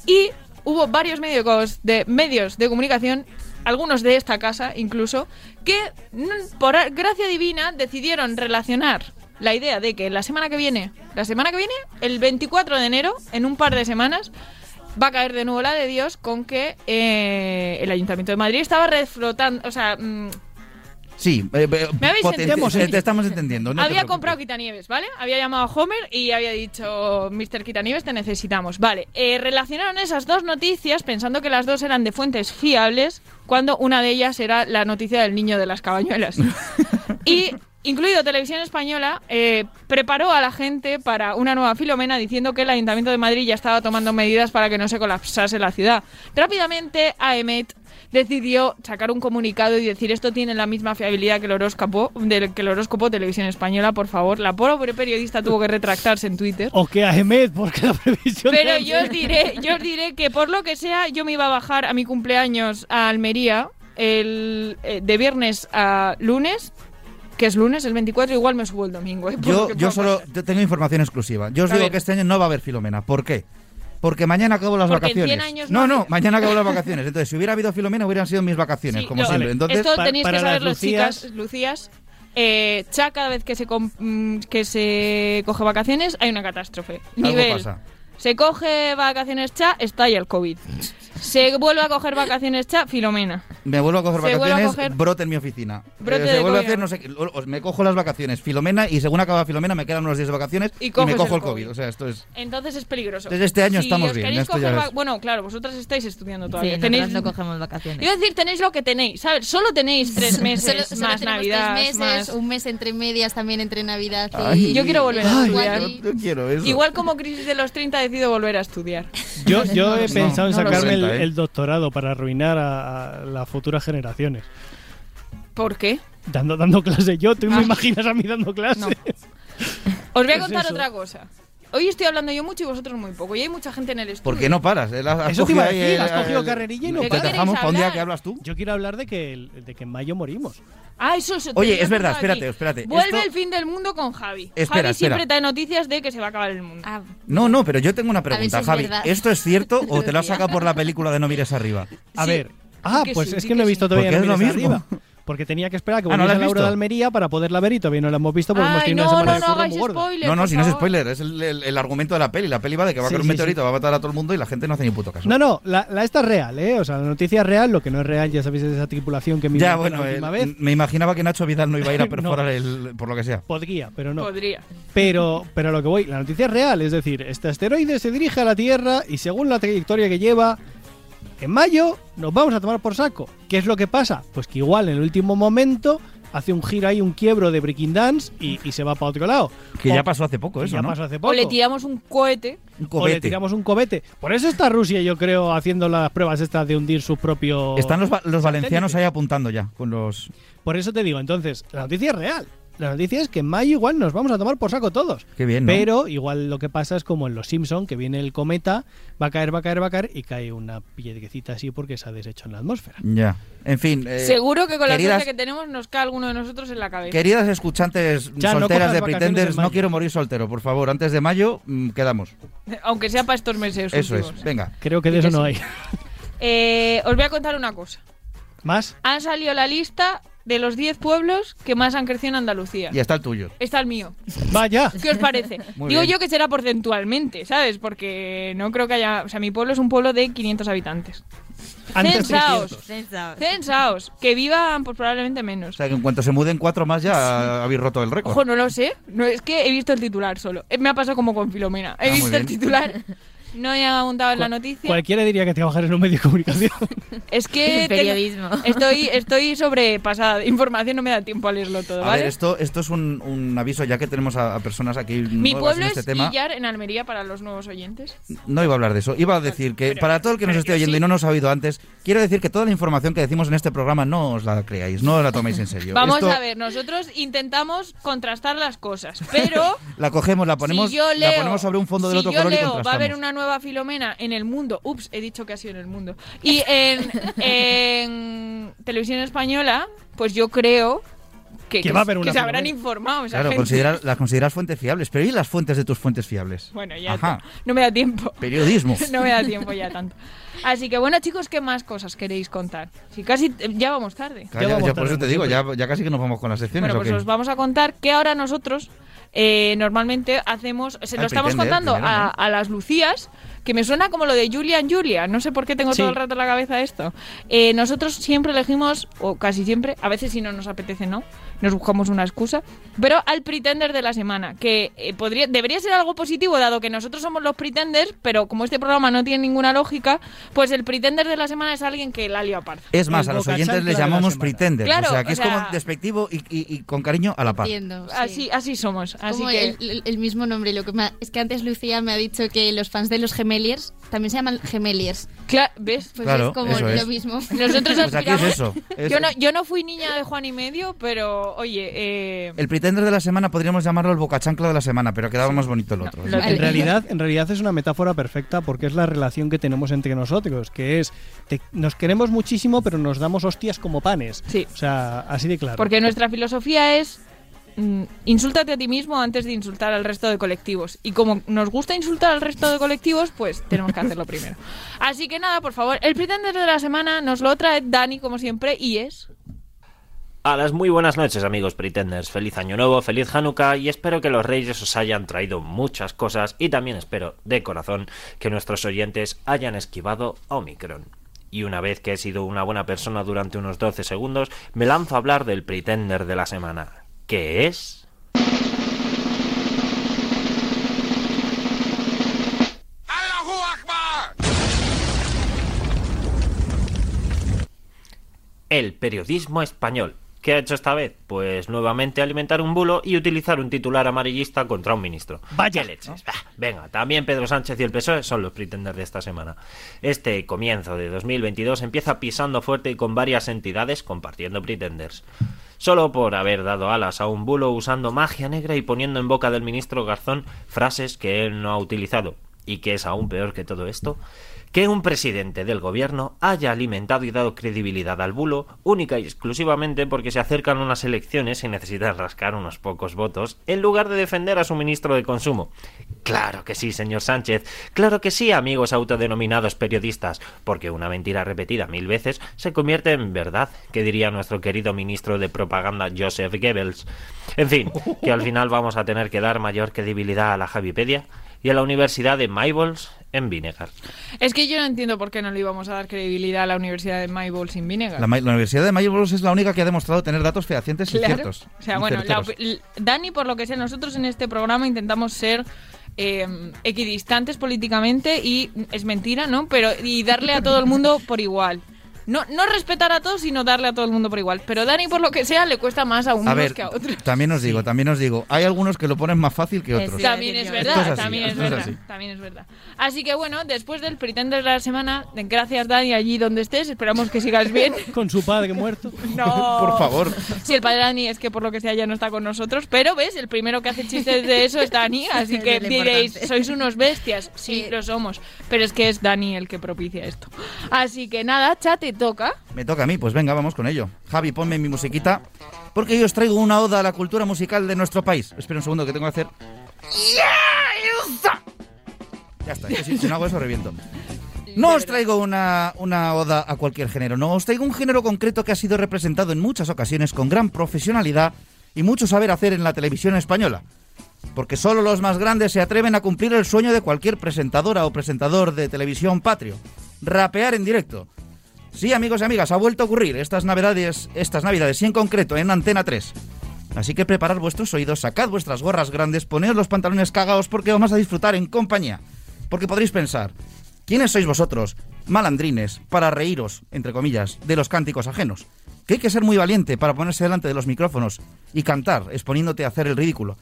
Speaker 9: Y hubo varios medios de, medios de comunicación algunos de esta casa incluso, que mm, por a- gracia divina decidieron relacionar la idea de que la semana que viene, la semana que viene, el 24 de enero, en un par de semanas, va a caer de nuevo la de Dios con que eh, el Ayuntamiento de Madrid estaba reflotando, o sea, mm,
Speaker 2: Sí, eh, eh,
Speaker 9: ¿Me habéis
Speaker 2: poten-
Speaker 9: entendido?
Speaker 2: te- te estamos entendiendo. no te
Speaker 9: había
Speaker 2: preocupes.
Speaker 9: comprado Quitanieves, ¿vale? Había llamado a Homer y había dicho, Mr. Quitanieves, te necesitamos. Vale, eh, relacionaron esas dos noticias pensando que las dos eran de fuentes fiables, cuando una de ellas era la noticia del niño de las cabañuelas. y, incluido Televisión Española, eh, preparó a la gente para una nueva filomena diciendo que el Ayuntamiento de Madrid ya estaba tomando medidas para que no se colapsase la ciudad. Rápidamente, AEMET decidió sacar un comunicado y decir esto tiene la misma fiabilidad que el horóscopo del que el horóscopo Televisión Española, por favor. La pobre periodista tuvo que retractarse en Twitter.
Speaker 1: O que Ahmed, porque la previsión.
Speaker 9: Pero
Speaker 1: de-
Speaker 9: yo os diré, yo os diré que por lo que sea, yo me iba a bajar a mi cumpleaños a Almería el, eh, de viernes a lunes, que es lunes, el 24, igual me subo el domingo. ¿eh? Por lo
Speaker 2: Yo,
Speaker 9: que
Speaker 2: yo
Speaker 9: pueda
Speaker 2: solo
Speaker 9: pasar.
Speaker 2: te- tengo información exclusiva. Yo os
Speaker 9: A
Speaker 2: digo
Speaker 9: ver.
Speaker 2: que este año no va a haber Filomena. ¿Por qué? Porque mañana acabo las
Speaker 9: Porque en 100
Speaker 2: vacaciones.
Speaker 9: años
Speaker 2: no,
Speaker 9: no
Speaker 2: no,
Speaker 9: hace.
Speaker 2: mañana acabo las vacaciones. Entonces, si hubiera habido Filomena, hubieran sido mis vacaciones,
Speaker 9: Sí,
Speaker 2: como
Speaker 9: lo-
Speaker 2: siempre.
Speaker 1: vale.
Speaker 2: Entonces,
Speaker 9: Esto
Speaker 1: pa-
Speaker 9: tenéis
Speaker 1: para
Speaker 9: que
Speaker 1: las
Speaker 9: saberlo,
Speaker 1: Lucías-
Speaker 9: chicas, Lucías. Eh, Cha, cada vez que se, com- mm, que se coge vacaciones, hay una catástrofe.
Speaker 2: algo
Speaker 9: Nivel.
Speaker 2: pasa.
Speaker 9: Se coge vacaciones Cha, está ya el COVID. Se vuelve a coger vacaciones Cha, Filomena.
Speaker 2: Me vuelvo a coger
Speaker 9: Se vuelve a
Speaker 2: vacaciones,
Speaker 9: coger-
Speaker 2: brote en mi oficina.
Speaker 9: Brote
Speaker 2: Eh, se
Speaker 9: de
Speaker 2: vuelve a
Speaker 9: COVID.
Speaker 2: hacer, no sé qué. O- o- Me cojo las vacaciones, Filomena, y según acaba Filomena, me quedan unos días de vacaciones
Speaker 9: Y
Speaker 2: y,
Speaker 9: coges
Speaker 2: me cojo
Speaker 9: el
Speaker 2: el COVID.
Speaker 9: COVID.
Speaker 2: O sea, esto es.
Speaker 9: Entonces es peligroso.
Speaker 2: Desde este año
Speaker 9: Si
Speaker 2: estamos
Speaker 9: os
Speaker 2: bien,
Speaker 9: queréis
Speaker 2: esto ya
Speaker 9: coger
Speaker 2: es-
Speaker 9: va- Bueno, claro, vosotras estáis estudiando
Speaker 13: Sí,
Speaker 9: todavía.
Speaker 13: nosotras
Speaker 9: tenéis...
Speaker 13: no cogemos vacaciones.
Speaker 9: Iba a decir, tenéis lo que tenéis. ¿sabes? Solo tenéis tres meses
Speaker 10: Solo- solo
Speaker 9: más
Speaker 10: tenemos
Speaker 9: Navidad.
Speaker 10: tres meses,
Speaker 9: más-
Speaker 10: un mes entre medias también entre Navidad y...
Speaker 2: Ay.
Speaker 9: Yo quiero volver a
Speaker 2: Ay,
Speaker 9: estudiar.
Speaker 2: yo- yo quiero eso.
Speaker 9: Igual como crisis de los 30 decido volver a estudiar.
Speaker 1: Yo, yo he
Speaker 2: No,
Speaker 1: pensado en
Speaker 2: no lo
Speaker 1: sacarme el,
Speaker 2: siento, ¿eh?
Speaker 1: el doctorado para arruinar a, a las futuras generaciones.
Speaker 9: ¿Por qué?
Speaker 1: Dando, dando clase yo,
Speaker 9: Ah.
Speaker 1: tú me imaginas a mí dando clase.
Speaker 9: Os voy a
Speaker 1: ¿Qué es
Speaker 9: contar
Speaker 1: eso?
Speaker 9: otra cosa. Hoy estoy hablando yo mucho y vosotros muy poco. Y hay mucha gente en el estudio.
Speaker 2: ¿Por qué no paras? Eh, has- has
Speaker 1: Eso te iba a
Speaker 2: cogido ahí
Speaker 1: decir,
Speaker 2: el-
Speaker 1: has cogido
Speaker 2: el-
Speaker 1: carrerilla y no
Speaker 9: ¿De qué
Speaker 1: paras.
Speaker 9: queréis
Speaker 2: Dejamos para un día
Speaker 9: hablar?
Speaker 2: que hablas tú.
Speaker 1: Yo quiero hablar de que, el- de que en mayo morimos.
Speaker 9: Ah, eso se
Speaker 2: Oye,
Speaker 9: tenía
Speaker 2: es verdad,
Speaker 9: apuntado aquí.
Speaker 2: espérate, espérate.
Speaker 9: Vuelve
Speaker 2: Esto-
Speaker 9: el fin del mundo con Javi.
Speaker 2: Espera,
Speaker 9: Javi siempre
Speaker 2: espera.
Speaker 9: trae noticias de que se va a acabar el mundo.
Speaker 2: No, no, pero yo tengo una
Speaker 9: ver si
Speaker 2: pregunta,
Speaker 9: es
Speaker 2: Javi.
Speaker 9: verdad.
Speaker 2: ¿Esto es cierto o te lo has sacado por la película de No mires arriba?
Speaker 1: A
Speaker 9: Sí.
Speaker 1: ver. Ah,
Speaker 9: que
Speaker 1: pues
Speaker 9: sí,
Speaker 1: es
Speaker 9: di
Speaker 1: que no he
Speaker 9: que
Speaker 1: visto
Speaker 9: sí.
Speaker 1: todavía
Speaker 2: Porque es
Speaker 1: No
Speaker 2: lo
Speaker 1: mires
Speaker 2: mismo.
Speaker 1: arriba. Porque tenía que esperar a que
Speaker 2: Ah, ¿no
Speaker 1: volviese
Speaker 2: la has
Speaker 1: la hora
Speaker 2: visto?
Speaker 1: de Almería para poderla ver y todavía no la hemos visto porque hemos
Speaker 9: Ay,
Speaker 1: tenido
Speaker 9: no,
Speaker 1: una semana
Speaker 9: no,
Speaker 1: de
Speaker 9: no
Speaker 1: curro
Speaker 9: hagáis
Speaker 1: muy gorda.
Speaker 9: spoiler.
Speaker 2: No, no,
Speaker 9: por
Speaker 2: si no es
Speaker 9: favor.
Speaker 2: spoiler, es el, el- el argumento de la peli. La peli va de que va a
Speaker 1: Sí,
Speaker 2: caer un
Speaker 1: sí,
Speaker 2: meteorito, va a matar a todo el mundo y la gente no hace ni puto caso.
Speaker 1: No, no, la, la esta es real, ¿eh? O sea, la noticia es real, lo que no es real, ya sabéis, es esa tripulación que me
Speaker 2: ya,
Speaker 1: inventé
Speaker 2: bueno,
Speaker 1: la
Speaker 2: eh,
Speaker 1: última vez.
Speaker 2: me imaginaba que Nacho Vidal no iba a ir a
Speaker 1: No.
Speaker 2: perforar el. por lo que sea.
Speaker 1: Podría, pero no.
Speaker 9: Podría.
Speaker 1: Pero, pero a lo que voy, la noticia es real, es decir, este asteroide se dirige a la Tierra y según la trayectoria que lleva, en mayo nos vamos a tomar por saco. ¿Qué es lo que pasa? Pues que igual en el último momento hace un giro ahí, un quiebro de Breaking Dance y, y se va para otro lado.
Speaker 2: Que
Speaker 1: O-
Speaker 2: ya pasó hace poco
Speaker 1: que
Speaker 2: eso,
Speaker 1: ya
Speaker 2: ¿no?
Speaker 1: pasó hace poco.
Speaker 9: O le tiramos un cohete.
Speaker 2: Un
Speaker 1: O le
Speaker 2: cobete.
Speaker 1: tiramos un cobete. Por eso está Rusia, yo creo, haciendo las pruebas estas de hundir su propio...
Speaker 2: Están los, va- los valencianos
Speaker 1: satélite.
Speaker 2: ahí apuntando ya con los.
Speaker 1: Por eso te digo, entonces, la noticia es real. La noticia es que en mayo igual nos vamos a tomar por saco todos.
Speaker 2: Qué bien, ¿no?
Speaker 1: Pero igual lo que pasa es como en Los Simpson, que viene el cometa, va a caer, va a caer, va a caer y cae una piedrecita así porque se ha deshecho en la atmósfera.
Speaker 2: Ya. En fin. eh,
Speaker 9: Seguro que con la
Speaker 2: queridas,
Speaker 9: suerte que tenemos nos cae alguno de nosotros en la cabeza.
Speaker 2: Queridas escuchantes
Speaker 1: Ya,
Speaker 2: solteras
Speaker 1: no cojas
Speaker 2: de
Speaker 1: vacaciones en
Speaker 2: Pretenders,
Speaker 1: mayo.
Speaker 2: no quiero morir soltero, por favor. Antes de mayo, mm, quedamos.
Speaker 9: Aunque sea para estos meses.
Speaker 2: Eso es.
Speaker 9: últimos.
Speaker 2: Venga.
Speaker 1: Creo que de eso no hay.
Speaker 9: Eh, os voy a contar una cosa.
Speaker 1: ¿Más?
Speaker 9: Han salido la lista de los 10 pueblos que más han crecido en Andalucía.
Speaker 2: Y está el tuyo.
Speaker 9: Está el mío.
Speaker 1: Vaya.
Speaker 9: ¿Qué os parece?
Speaker 2: Muy
Speaker 9: Digo
Speaker 2: bien.
Speaker 9: yo que será porcentualmente, ¿sabes? Porque no creo que haya... O sea, mi pueblo es un pueblo de 500 habitantes.
Speaker 1: Antes
Speaker 9: Censaos.
Speaker 1: 300.
Speaker 9: Censaos. Que vivan, pues probablemente
Speaker 2: O
Speaker 9: menos.
Speaker 2: sea, que en cuanto se muden cuatro más ya habéis roto el récord.
Speaker 9: Ojo, no lo sé. No, es que he visto el titular solo. Eh, Me ha pasado como con Filomena. He
Speaker 2: Ah, muy
Speaker 9: visto el
Speaker 2: bien.
Speaker 9: titular. No he apuntado en la noticia.
Speaker 1: Cualquiera diría que trabajar en un medio de comunicación.
Speaker 9: Es que
Speaker 13: El periodismo.
Speaker 9: tengo- estoy, estoy sobrepasada. de Información no me da tiempo a leerlo todo,
Speaker 2: A
Speaker 9: ¿vale?
Speaker 2: ver, esto, esto es un, un aviso ya que tenemos a, a personas aquí
Speaker 9: Mi
Speaker 2: nuevas
Speaker 9: pueblo
Speaker 2: en
Speaker 9: es
Speaker 2: este tema.
Speaker 9: Illar, en Almería, para los nuevos oyentes.
Speaker 2: No iba a hablar de eso. Iba a decir que para todo el que nos esté oyendo y no nos ha oído antes, quiero decir que toda la información que decimos en este programa no os la creáis, no la toméis en serio.
Speaker 9: Vamos
Speaker 2: Esto
Speaker 9: a ver, nosotros intentamos contrastar las cosas, pero
Speaker 2: La cogemos, la ponemos,
Speaker 9: si yo leo,
Speaker 2: la ponemos sobre un fondo del
Speaker 9: si
Speaker 2: otro
Speaker 9: yo
Speaker 2: color y
Speaker 9: leo, va a
Speaker 2: contrastamos.
Speaker 9: haber una nueva Filomena en el mundo. Ups, he dicho que ha sido en el mundo. Y en, en televisión española, pues yo creo que,
Speaker 1: Que va a haber una
Speaker 9: se habrán
Speaker 1: Filomena.
Speaker 9: informado. esa
Speaker 2: Claro,
Speaker 9: gente.
Speaker 2: considerar- las consideras fuentes fiables, pero ¿y las fuentes de tus fuentes fiables?
Speaker 9: Bueno, ya
Speaker 2: Ajá.
Speaker 9: está. no me da tiempo.
Speaker 2: Periodismo.
Speaker 9: No me da tiempo ya tanto. Así que bueno, chicos, ¿qué más cosas queréis contar? Si casi eh, ya vamos tarde.
Speaker 2: Calla,
Speaker 1: Ya vamos
Speaker 2: ya por eso
Speaker 1: tarde,
Speaker 2: te digo, ya, ya casi que nos vamos con las secciones.
Speaker 9: Bueno,
Speaker 2: ¿o
Speaker 9: pues
Speaker 2: qué?
Speaker 9: os vamos a contar que ahora nosotros eh, normalmente hacemos, se
Speaker 2: Al
Speaker 9: lo estamos
Speaker 2: Pretender,
Speaker 9: contando
Speaker 2: primero,
Speaker 9: a,
Speaker 2: ¿no?
Speaker 9: a las Lucías, que me suena como lo de Julian Julia. No sé por qué tengo
Speaker 13: Sí.
Speaker 9: todo el rato en la cabeza esto. Eh, nosotros siempre elegimos, o casi siempre, a veces si no nos apetece, no, nos buscamos una excusa, pero al pretender de la semana, que eh, podría, debería ser algo positivo, dado que nosotros somos los pretenders, pero como este programa no tiene ninguna lógica, pues el pretender de la semana es alguien que la lía parda.
Speaker 2: Es más, a los oyentes les llamamos pretenders.
Speaker 9: Claro,
Speaker 2: o sea, que
Speaker 9: o
Speaker 2: es
Speaker 9: sea-
Speaker 2: como despectivo y, y- y con cariño a la par.
Speaker 10: Entiendo, sí.
Speaker 9: Así, así somos. Así
Speaker 10: Como
Speaker 9: que...
Speaker 10: el, el- el mismo nombre. Lo que me ha- es que antes Lucía me ha dicho que los fans de los gemeliers también se llaman gemeliers.
Speaker 9: Claro, ¿ves?
Speaker 10: Pues
Speaker 2: Claro,
Speaker 10: es como
Speaker 2: eso
Speaker 10: lo
Speaker 2: es.
Speaker 10: mismo.
Speaker 9: Nosotros
Speaker 2: Pues aquí es
Speaker 9: aspiramos-
Speaker 2: eso. es-
Speaker 9: Yo no, yo no fui niña de Juan y medio, pero oye, eh,
Speaker 2: El pretender de la semana podríamos llamarlo el bocachancla de la semana, pero quedaba más bonito el otro.
Speaker 9: lo-
Speaker 1: En realidad, en realidad es una metáfora perfecta porque es la relación que tenemos entre nosotros, que es te- nos queremos muchísimo pero nos damos hostias como panes. O sea, así de claro.
Speaker 9: porque nuestra filosofía es mm, insúltate a ti mismo antes de insultar al resto de colectivos. Y como nos gusta insultar al resto de colectivos, pues tenemos que hacerlo primero. Así que nada, por favor, el pretender de la semana nos lo trae Dani, como siempre, y es...
Speaker 11: A las muy buenas noches, amigos Pretenders. Feliz Año Nuevo, feliz Hanukkah y espero que los Reyes os hayan traído muchas cosas y también espero, de corazón, que nuestros oyentes hayan esquivado Omicron. Y una vez que he sido una buena persona durante unos 12 segundos, me lanzo a hablar del Pretender de la semana, que es... El periodismo español. ¿Qué ha hecho esta vez? Pues nuevamente alimentar un bulo y utilizar un titular amarillista contra un ministro.
Speaker 1: Vaya.
Speaker 11: ¡Qué leches! Bah,
Speaker 2: Ah,
Speaker 11: Venga, también Pedro Sánchez y el PSOE E son los pretenders de esta semana. Este comienzo de 2022 empieza pisando fuerte y con varias entidades compartiendo pretenders. Solo por haber dado alas a un bulo usando magia negra y poniendo en boca del ministro Garzón frases que él no ha utilizado. Y que es aún peor que todo esto, que un presidente del gobierno haya alimentado y dado credibilidad al bulo única y exclusivamente porque se acercan unas elecciones y necesitan rascar unos pocos votos en lugar de defender a su ministro de consumo. Claro que sí, señor Sánchez. Claro que sí, amigos autodenominados periodistas, porque una mentira repetida mil veces se convierte en verdad, que diría nuestro querido ministro de propaganda Joseph Goebbels. En fin, que al final vamos a tener que dar mayor credibilidad a la Javipedia y a la Universidad de Maybols en Vinegar.
Speaker 9: Es que yo no entiendo por qué no le íbamos a dar credibilidad a la Universidad de Maybold sin Vinegar.
Speaker 2: La, ma- la Universidad de Maybols es la única que ha demostrado tener datos fehacientes y
Speaker 9: Claro.
Speaker 2: ciertos.
Speaker 9: O sea,
Speaker 2: y
Speaker 9: bueno, la
Speaker 2: certeros.
Speaker 9: opi- l- Dani, por lo que sea, nosotros en este programa intentamos ser eh, equidistantes políticamente y es mentira, ¿no? Pero y darle a todo el mundo por igual. No, no respetar a todos, sino darle a todo el mundo por igual. Pero Dani, por lo que sea, le cuesta más a unos
Speaker 2: A ver,
Speaker 9: que a otros.
Speaker 2: también os digo, también os digo, hay algunos que lo ponen más fácil que otros.
Speaker 9: Eh, También es
Speaker 2: Esto
Speaker 9: verdad,
Speaker 2: así,
Speaker 9: también es
Speaker 2: esto
Speaker 9: verdad,
Speaker 2: así.
Speaker 9: también es verdad. Así que bueno, después del Pretender de la semana, gracias Dani allí donde estés, esperamos que sigas bien.
Speaker 1: Con su padre muerto.
Speaker 9: No.
Speaker 1: Por favor.
Speaker 9: Sí, el padre Dani es que por lo que sea ya no está con nosotros, pero ves, el primero que hace chistes de eso es Dani, así
Speaker 10: Es
Speaker 9: que
Speaker 10: lo
Speaker 9: diréis,
Speaker 10: importante.
Speaker 9: sois unos bestias. Sí, lo somos, pero es que es Dani el que propicia esto. Así que nada, cha, te toca.
Speaker 2: Me toca a mí, pues venga, vamos con ello. Javi, ponme mi musiquita, porque yo os traigo una oda a la cultura musical de nuestro país. Espera un segundo que tengo que hacer. Ya está, yo si, si no hago eso reviento. No os traigo una, una oda a cualquier género, no, os traigo un género concreto que ha sido representado en muchas ocasiones con gran profesionalidad y mucho saber hacer en la televisión española. Porque solo los más grandes se atreven a cumplir el sueño de cualquier presentadora o presentador de televisión patrio. Rapear en directo. Sí, amigos y amigas, ha vuelto a ocurrir estas navidades, estas navidades, y en concreto en Antena 3. Así que preparad vuestros oídos, sacad vuestras gorras grandes, poneos los pantalones cagados porque vamos a disfrutar en compañía. Porque podréis pensar, ¿quiénes sois vosotros, malandrines, para reíros, entre comillas, de los cánticos ajenos? Que hay que ser muy valiente para ponerse delante de los micrófonos y cantar, exponiéndote a hacer el ridículo.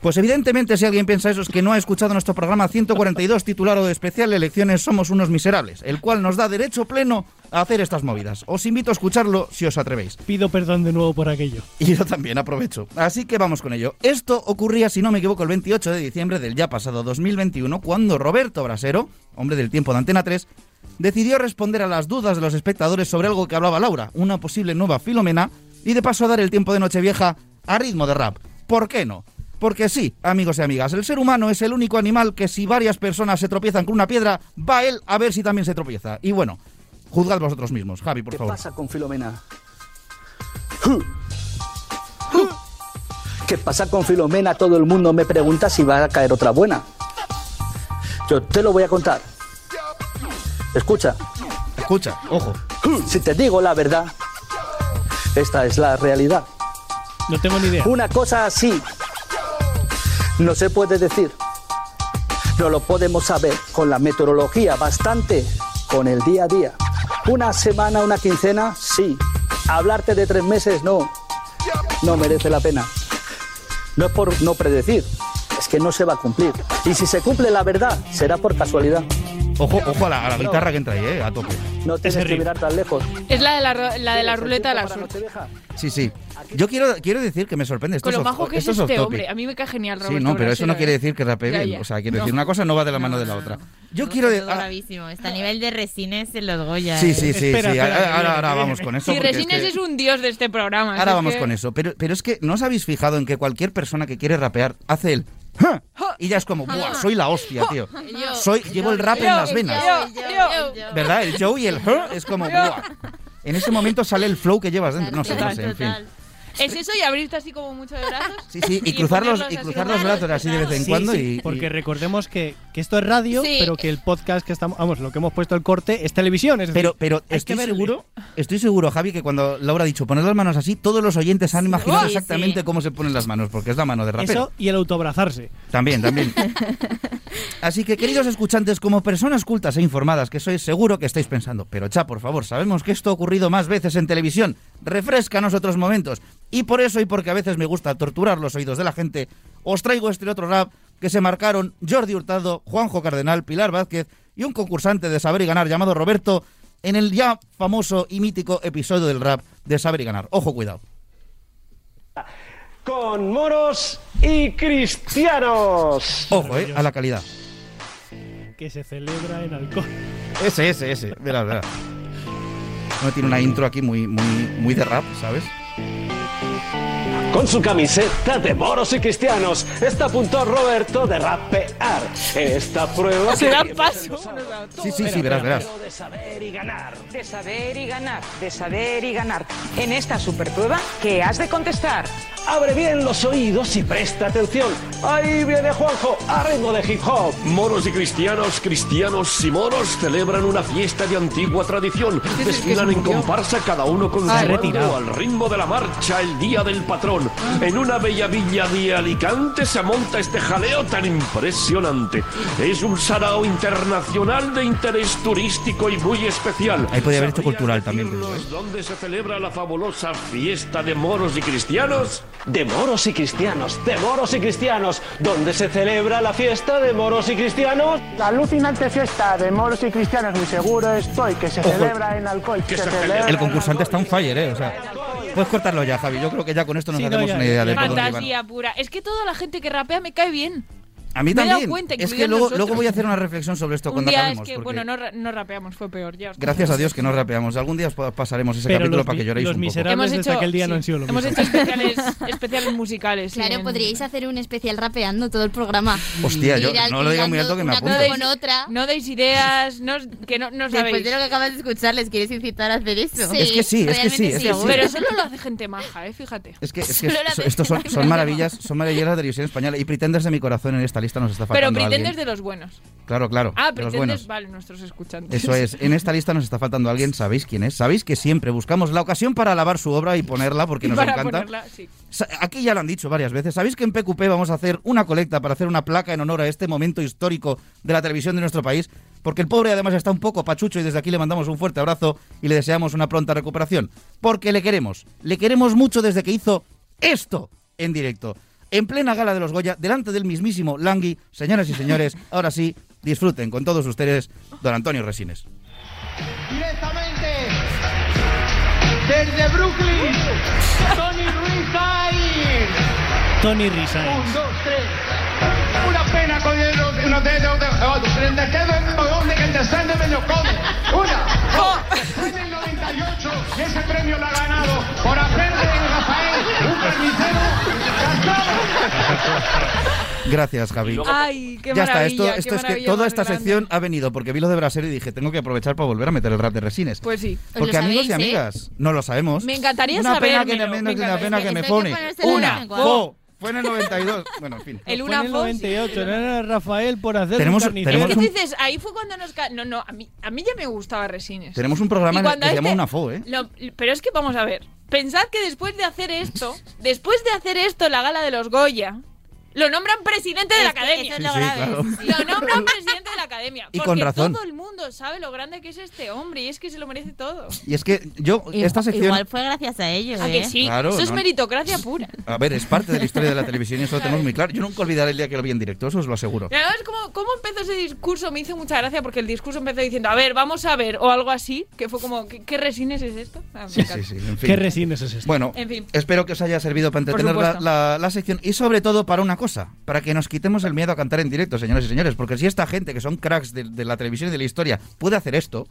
Speaker 2: Pues evidentemente si alguien piensa eso es que no ha escuchado nuestro programa 142 titulado de especial Elecciones Somos unos miserables, el cual nos da derecho pleno a hacer estas movidas. Os invito a escucharlo si os atrevéis.
Speaker 1: Pido perdón de nuevo por aquello.
Speaker 2: Y yo también aprovecho. Así que vamos con ello. Esto ocurría, si no me equivoco, el 28 de diciembre del ya pasado 2021, cuando Roberto Brasero, hombre del tiempo de Antena 3, decidió responder a las dudas de los espectadores sobre algo que hablaba Laura, una posible nueva Filomena, y de paso dar el tiempo de Nochevieja a ritmo de rap. ¿Por qué no? Porque sí, amigos y amigas, el ser humano es el único animal que si varias personas se tropiezan con una piedra, va él a ver si también se tropieza. Y bueno, juzgad vosotros mismos. Javi, por
Speaker 14: ¿Qué
Speaker 2: favor.
Speaker 14: pasa con Filomena? ¿Qué pasa con Filomena? Todo el mundo me pregunta si va a caer otra buena.
Speaker 13: Yo te lo voy a contar. Escucha.
Speaker 2: Escucha, ojo.
Speaker 13: Si te digo la verdad, esta es la realidad.
Speaker 1: No tengo ni idea.
Speaker 13: Una cosa así no se puede decir. No lo podemos saber con la meteorología, bastante con el día a día. Una semana, una quincena, sí. Hablarte de tres meses, no. No merece la pena. No es por no predecir, es que no se va a cumplir. Y si se cumple la verdad, será por casualidad.
Speaker 2: Ojo, ojo a la, a la guitarra que entra ahí, eh, a tope.
Speaker 13: No tienes que mirar tan lejos.
Speaker 9: Es la de la, ro- la de la ruleta de la suerte.
Speaker 2: Sí, sí. Yo quiero, quiero decir que me sorprende. Esto
Speaker 9: Con lo
Speaker 2: es off-
Speaker 9: majo que es
Speaker 2: esto off
Speaker 9: este
Speaker 2: topic.
Speaker 9: hombre. A mí me cae genial,
Speaker 2: Sí,
Speaker 9: Roberto.
Speaker 2: no, pero eso
Speaker 9: Brasero,
Speaker 2: no quiere
Speaker 9: eh.
Speaker 2: decir que rapee
Speaker 9: Ya,
Speaker 2: bien.
Speaker 9: ya.
Speaker 2: O sea, quiere
Speaker 9: No.
Speaker 2: decir, una cosa no va de la mano de la otra. Yo quiero.
Speaker 14: Todo gravísimo. Está a nivel de resines en los Goya.
Speaker 2: Sí,
Speaker 14: ¿eh?
Speaker 2: sí, sí. sí. Ahora, ahora- ahora vamos con eso.
Speaker 9: Sí,
Speaker 2: porque es
Speaker 9: Resines
Speaker 2: que-
Speaker 9: es un dios de este programa.
Speaker 2: Ahora
Speaker 9: es
Speaker 2: vamos
Speaker 9: que-
Speaker 2: con eso. Pero, pero es que no os habéis fijado en que cualquier persona que quiere rapear hace el. "Ja", Y ya es como, ¡buah! Soy la hostia, tío.
Speaker 14: Yo,
Speaker 2: Soy, llevo el rap en
Speaker 14: yo,
Speaker 2: las
Speaker 14: yo,
Speaker 2: venas.
Speaker 14: yo, yo, yo.
Speaker 2: ¿Verdad? El Joe y el huh es como, ¡buah! En ese momento sale el flow que llevas dentro. No sé, no sé, en fin.
Speaker 9: ¿Es eso y abrirte así como mucho de brazos?
Speaker 2: Sí, sí, y cruzar
Speaker 9: ponerlos
Speaker 2: los, y
Speaker 9: así
Speaker 2: cruzar
Speaker 9: como-
Speaker 2: los brazos así de vez en cuando y- y,
Speaker 1: Porque recordemos que, que esto es radio,
Speaker 9: Sí.
Speaker 1: pero que el podcast que estamos... Vamos, lo que hemos puesto el corte es televisión. Es
Speaker 2: Pero, pero
Speaker 1: hay
Speaker 2: estoy
Speaker 1: que verle.
Speaker 2: seguro, estoy seguro, Javi, que cuando Laura ha dicho poner las manos así, todos los oyentes han imaginado
Speaker 1: Sí,
Speaker 2: exactamente cómo se ponen las manos, porque es la mano de rapero.
Speaker 1: Eso y el autobrazarse.
Speaker 2: También, también. Así que, queridos escuchantes, como personas cultas e informadas que sois, seguro que estáis pensando, pero cha, por favor, sabemos que esto ha ocurrido más veces en televisión, refrescanos otros momentos. Y por eso, y porque a veces me gusta torturar los oídos de la gente, os traigo este otro rap que se marcaron Jordi Hurtado, Juanjo Cardenal, Pilar Vázquez y un concursante de Saber y Ganar llamado Roberto en el ya famoso y mítico episodio del rap de Saber y Ganar. Ojo, cuidado. ¿eh?
Speaker 15: con moros y cristianos.
Speaker 2: Ojo, eh, a la calidad.
Speaker 1: Que se celebra en alcohol.
Speaker 2: Ese, ese, ese. Verá, verá. Bueno, tiene una intro aquí muy, muy, muy de rap, ¿sabes?
Speaker 15: Con su camiseta de moros y cristianos está a punto Roberto de rapear en esta prueba.
Speaker 9: Se dan
Speaker 15: que-
Speaker 9: paso.
Speaker 2: Sí, sí, sí, verás, verás.
Speaker 16: De saber y ganar, de saber y ganar, de saber y ganar. En esta superprueba, ¿qué has de contestar?
Speaker 15: Abre bien los oídos y presta atención. Ahí viene Juanjo, a ritmo de hip hop.
Speaker 17: Moros y cristianos, cristianos y moros celebran una fiesta de antigua tradición. Desfilan en comparsa cada uno con
Speaker 15: Ah,
Speaker 17: su
Speaker 15: retirado.
Speaker 17: bando al ritmo de la marcha el día del patrón. En una bella villa de Alicante se monta este jaleo tan impresionante. Es un sarao internacional de interés turístico y muy especial.
Speaker 2: Ahí podía haber hecho cultural también. te digo, ¿eh?
Speaker 17: ¿Dónde se celebra la fabulosa fiesta de moros y cristianos?
Speaker 15: De moros y cristianos, de moros y cristianos, donde se celebra la fiesta de moros y cristianos.
Speaker 18: La alucinante fiesta de moros y cristianos, muy seguro estoy, que se
Speaker 2: Ojo.
Speaker 18: celebra en alcohol. Que se celebra
Speaker 2: El concursante está un fire, ¿eh? O sea, puedes cortarlo ya, Javi. Yo creo que ya con esto nos
Speaker 1: Sí, no,
Speaker 2: hacemos
Speaker 1: ya,
Speaker 2: una idea de por dónde van.
Speaker 9: Fantasía pura. Es que toda la gente que rapea me cae bien.
Speaker 2: A mí
Speaker 9: Me he dado
Speaker 2: también.
Speaker 9: cuenta,
Speaker 2: es que
Speaker 9: incluido
Speaker 2: luego,
Speaker 9: nosotros.
Speaker 2: luego voy a hacer una reflexión sobre esto
Speaker 9: Un
Speaker 2: cuando
Speaker 9: día es
Speaker 2: acabemos.
Speaker 9: que,
Speaker 2: porque
Speaker 9: bueno, no, ra- no rapeamos, fue peor. Ya os
Speaker 2: Gracias a Dios que no rapeamos. Algún día os pa- pasaremos ese
Speaker 1: Pero
Speaker 2: capítulo
Speaker 1: los
Speaker 2: para que
Speaker 1: mi-
Speaker 2: lloréis
Speaker 1: los
Speaker 2: un poco.
Speaker 1: miserables Hemos desde hecho- aquel día no han sido lo
Speaker 9: Hemos hecho especiales, especiales musicales.
Speaker 10: Claro,
Speaker 9: en-
Speaker 10: podríais hacer un especial rapeando todo el programa.
Speaker 2: Hostia, yo-
Speaker 10: Ir al-
Speaker 2: no lo diga muy
Speaker 10: hilando
Speaker 2: alto que me
Speaker 10: una
Speaker 2: apunto.
Speaker 10: cosa con otra.
Speaker 9: No deis ideas, no, os- que no, no os
Speaker 14: Después
Speaker 9: sabéis.
Speaker 14: de lo que acabas de escuchar, les quieres incitar a hacer eso.
Speaker 2: Sí, Es que sí, es que sí, realmente es que sí. sí.
Speaker 9: Pero solo lo hace gente maja, eh, fíjate.
Speaker 2: Es que, es que so- estos son, son maravillas, son maravillas de la televisión española y pretendes de mi corazón en esta lista nos está
Speaker 9: Pero
Speaker 2: faltando
Speaker 9: pretendes
Speaker 2: alguien.
Speaker 9: de los buenos.
Speaker 2: Claro, claro,
Speaker 9: Ah,
Speaker 2: de los
Speaker 9: pretendes,
Speaker 2: buenos.
Speaker 9: vale, nuestros escuchantes.
Speaker 2: Eso es, en esta lista nos está faltando alguien, ¿sabéis quién es? Sabéis que siempre buscamos la ocasión para alabar su obra y ponerla porque
Speaker 9: Y
Speaker 2: nos
Speaker 9: para
Speaker 2: encanta.
Speaker 9: ponerla, sí.
Speaker 2: Sa- Aquí ya lo han dicho varias veces. ¿Sabéis que en PQP vamos a hacer una colecta para hacer una placa en honor a este momento histórico de la televisión de nuestro país? Porque el pobre además está un poco pachucho y desde aquí le mandamos un fuerte abrazo y le deseamos una pronta recuperación. Porque le queremos, le queremos mucho desde que hizo esto en directo. En plena gala de los Goya, delante del mismísimo Langui, señoras y señores, ahora sí, disfruten con todos ustedes, don Antonio Resines.
Speaker 19: Directamente desde Brooklyn, Tony Ruiz Sainz.
Speaker 1: Tony Risa.
Speaker 19: Un, dos, tres. Una pena con el uno de los de todos. El de Kevin Mahoney, el de Sandy me lo come. Una. dos. En el 98 y ese premio lo ha ganado por hacerle en Rafael un carnicero
Speaker 2: Gracias, Javi.
Speaker 9: Ay, qué
Speaker 2: ya está, esto,
Speaker 9: maravilla,
Speaker 2: esto
Speaker 9: qué
Speaker 2: es que
Speaker 9: maravilla
Speaker 2: toda
Speaker 9: más
Speaker 2: esta
Speaker 9: grande.
Speaker 2: sección ha venido porque vi lo de Brasero y dije, tengo que aprovechar para volver a meter el rap de resines.
Speaker 9: Pues sí.
Speaker 14: lo
Speaker 2: Porque amigos y
Speaker 14: sabéis, ¿eh?
Speaker 2: amigas, no lo sabemos.
Speaker 9: Me encantaría
Speaker 2: una
Speaker 9: saber.
Speaker 2: pena que, me, una pena que me
Speaker 14: Esto hay que
Speaker 2: pone.
Speaker 14: ponérselo de vez
Speaker 2: Una,
Speaker 9: Oh,
Speaker 14: en cuando.
Speaker 2: dos, Fue en el 92. Bueno, en fin.
Speaker 9: El
Speaker 1: Fue
Speaker 9: una
Speaker 1: en el
Speaker 9: Fossi.
Speaker 1: 98, no era Rafael por hacer
Speaker 2: Tenemos-
Speaker 1: un carnicero.
Speaker 2: tenemos
Speaker 9: ¿Qué dices? Ahí fue cuando nos... ca- No, no, a mí, a mí ya me gustaba Resines.
Speaker 2: Tenemos un programa
Speaker 9: Y
Speaker 2: en el
Speaker 9: cuando este
Speaker 2: que se
Speaker 9: a
Speaker 2: llama Una Fo, ¿eh?
Speaker 9: Lo- pero es que vamos a ver. Pensad que después de hacer esto, después de hacer esto en la gala de los Goya, lo nombran presidente de la academia.
Speaker 2: eso es lo Sí, sí, grave. claro.
Speaker 9: Lo nombran presidente de la academia.
Speaker 2: Y
Speaker 9: porque
Speaker 2: con razón.
Speaker 9: todo el mundo sabe lo grande que es este hombre y es que se lo merece todo.
Speaker 2: Y es que yo, esta sección.
Speaker 14: Igual fue gracias a ellos,
Speaker 9: ¿A
Speaker 14: ¿eh?
Speaker 9: que sí?
Speaker 2: Claro,
Speaker 9: eso es
Speaker 2: no-
Speaker 9: meritocracia pura.
Speaker 2: A ver, es parte de la historia de la televisión y eso lo tenemos muy claro. Yo nunca olvidaré el día que lo vi en directo, eso os lo aseguro.
Speaker 9: Y además, ¿cómo, ¿cómo empezó ese discurso? Me hizo mucha gracia porque el discurso empezó diciendo, a ver, vamos a ver, o algo así, que fue como, ¿qué, qué resines es esto? Ah, me encanta.
Speaker 2: Sí, sí, en fin.
Speaker 1: ¿Qué resines es esto?
Speaker 2: Bueno,
Speaker 9: En fin.
Speaker 2: espero que os haya servido para
Speaker 9: Por
Speaker 2: entretener la,
Speaker 9: supuesto.
Speaker 2: la- la sección y sobre todo para una cosa, para que nos quitemos el miedo a cantar en directo, señores y señores, porque si esta gente que son cracks de, de la televisión y de la historia puede hacer esto,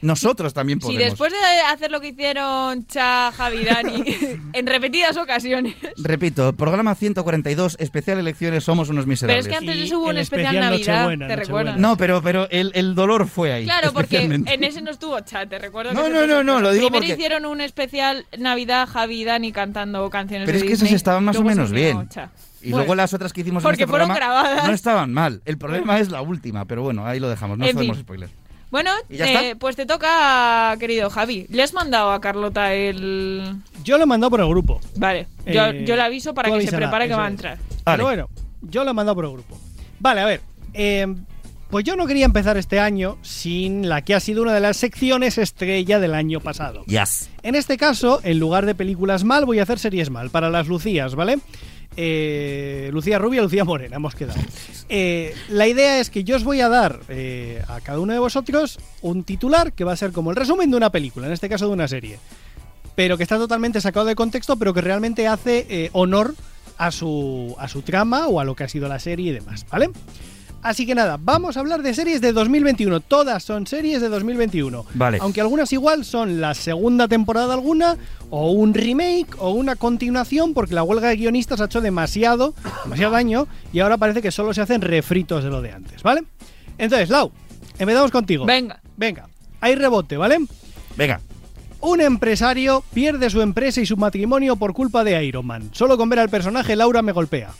Speaker 2: nosotros también
Speaker 9: Si
Speaker 2: podemos.
Speaker 9: después de hacer lo que hicieron Cha, Javi, Dani, en repetidas ocasiones.
Speaker 2: Repito, programa 142, especial elecciones, somos unos
Speaker 9: Pero
Speaker 2: miserables.
Speaker 9: es que antes de eso hubo
Speaker 1: Y
Speaker 9: un
Speaker 1: el
Speaker 9: especial,
Speaker 1: especial
Speaker 9: Navidad,
Speaker 1: Nochebuena,
Speaker 9: ¿te
Speaker 1: Nochebuena.
Speaker 9: recuerdas?
Speaker 2: No, pero, pero el, el dolor fue ahí.
Speaker 9: Claro, porque
Speaker 2: especialmente.
Speaker 9: en ese no estuvo Cha, te recuerdo.
Speaker 2: No,
Speaker 9: que
Speaker 2: no,
Speaker 9: se-
Speaker 2: no, no, lo digo
Speaker 9: Primero
Speaker 2: porque-
Speaker 9: hicieron un especial Navidad, Javi y Dani cantando canciones
Speaker 2: Pero
Speaker 9: de
Speaker 2: es que esas
Speaker 9: Disney,
Speaker 2: estaban más o
Speaker 9: luego se
Speaker 2: menos
Speaker 9: unió
Speaker 2: bien.
Speaker 9: Cha.
Speaker 2: Y
Speaker 9: Bueno.
Speaker 2: luego las otras que hicimos
Speaker 9: Porque
Speaker 2: en este
Speaker 9: fueron
Speaker 2: programa
Speaker 9: grabadas.
Speaker 2: no estaban mal. El problema es la última, pero bueno, ahí lo dejamos, no
Speaker 9: En
Speaker 2: hacemos
Speaker 9: fin.
Speaker 2: spoiler.
Speaker 9: Bueno,
Speaker 2: ¿Y ya está?
Speaker 9: eh, pues te toca, querido Javi. ¿Le has mandado a Carlota el...?
Speaker 1: Yo lo he mandado por el grupo.
Speaker 9: Vale, yo,
Speaker 1: Eh,
Speaker 9: yo le aviso para
Speaker 1: tú
Speaker 9: que se
Speaker 1: avísala,
Speaker 9: prepare que
Speaker 1: eso
Speaker 9: va a
Speaker 1: es.
Speaker 9: entrar.
Speaker 1: Pero bueno, yo lo he mandado por el grupo. Vale, a ver. eh, pues yo no quería empezar este año sin la que ha sido una de las secciones estrella del año pasado.
Speaker 2: Yes.
Speaker 1: En este caso, en lugar de películas mal, voy a hacer series mal, para las Lucías, ¿vale? Eh, Lucía Rubia, Lucía Morena, hemos quedado. Eh, la idea es que yo os voy a dar eh, a cada uno de vosotros un titular que va a ser como el resumen de una película, en este caso de una serie, pero que está totalmente sacado de contexto, pero que realmente hace eh, honor a su, a su trama o a lo que ha sido la serie y demás, ¿vale? Así que nada, vamos a hablar de series de 2021. Todas son series de 2021.
Speaker 2: Vale.
Speaker 1: Aunque algunas igual son la segunda temporada alguna, o un remake, o una continuación, porque la huelga de guionistas ha hecho demasiado, demasiado daño, y ahora parece que solo se hacen refritos de lo de antes, ¿vale? Entonces, Lau, empezamos contigo.
Speaker 9: Venga.
Speaker 1: Venga, hay rebote, ¿vale?
Speaker 2: Venga.
Speaker 1: Un empresario pierde su empresa y su matrimonio por culpa de Iron Man. Solo con ver al personaje Laura me golpea.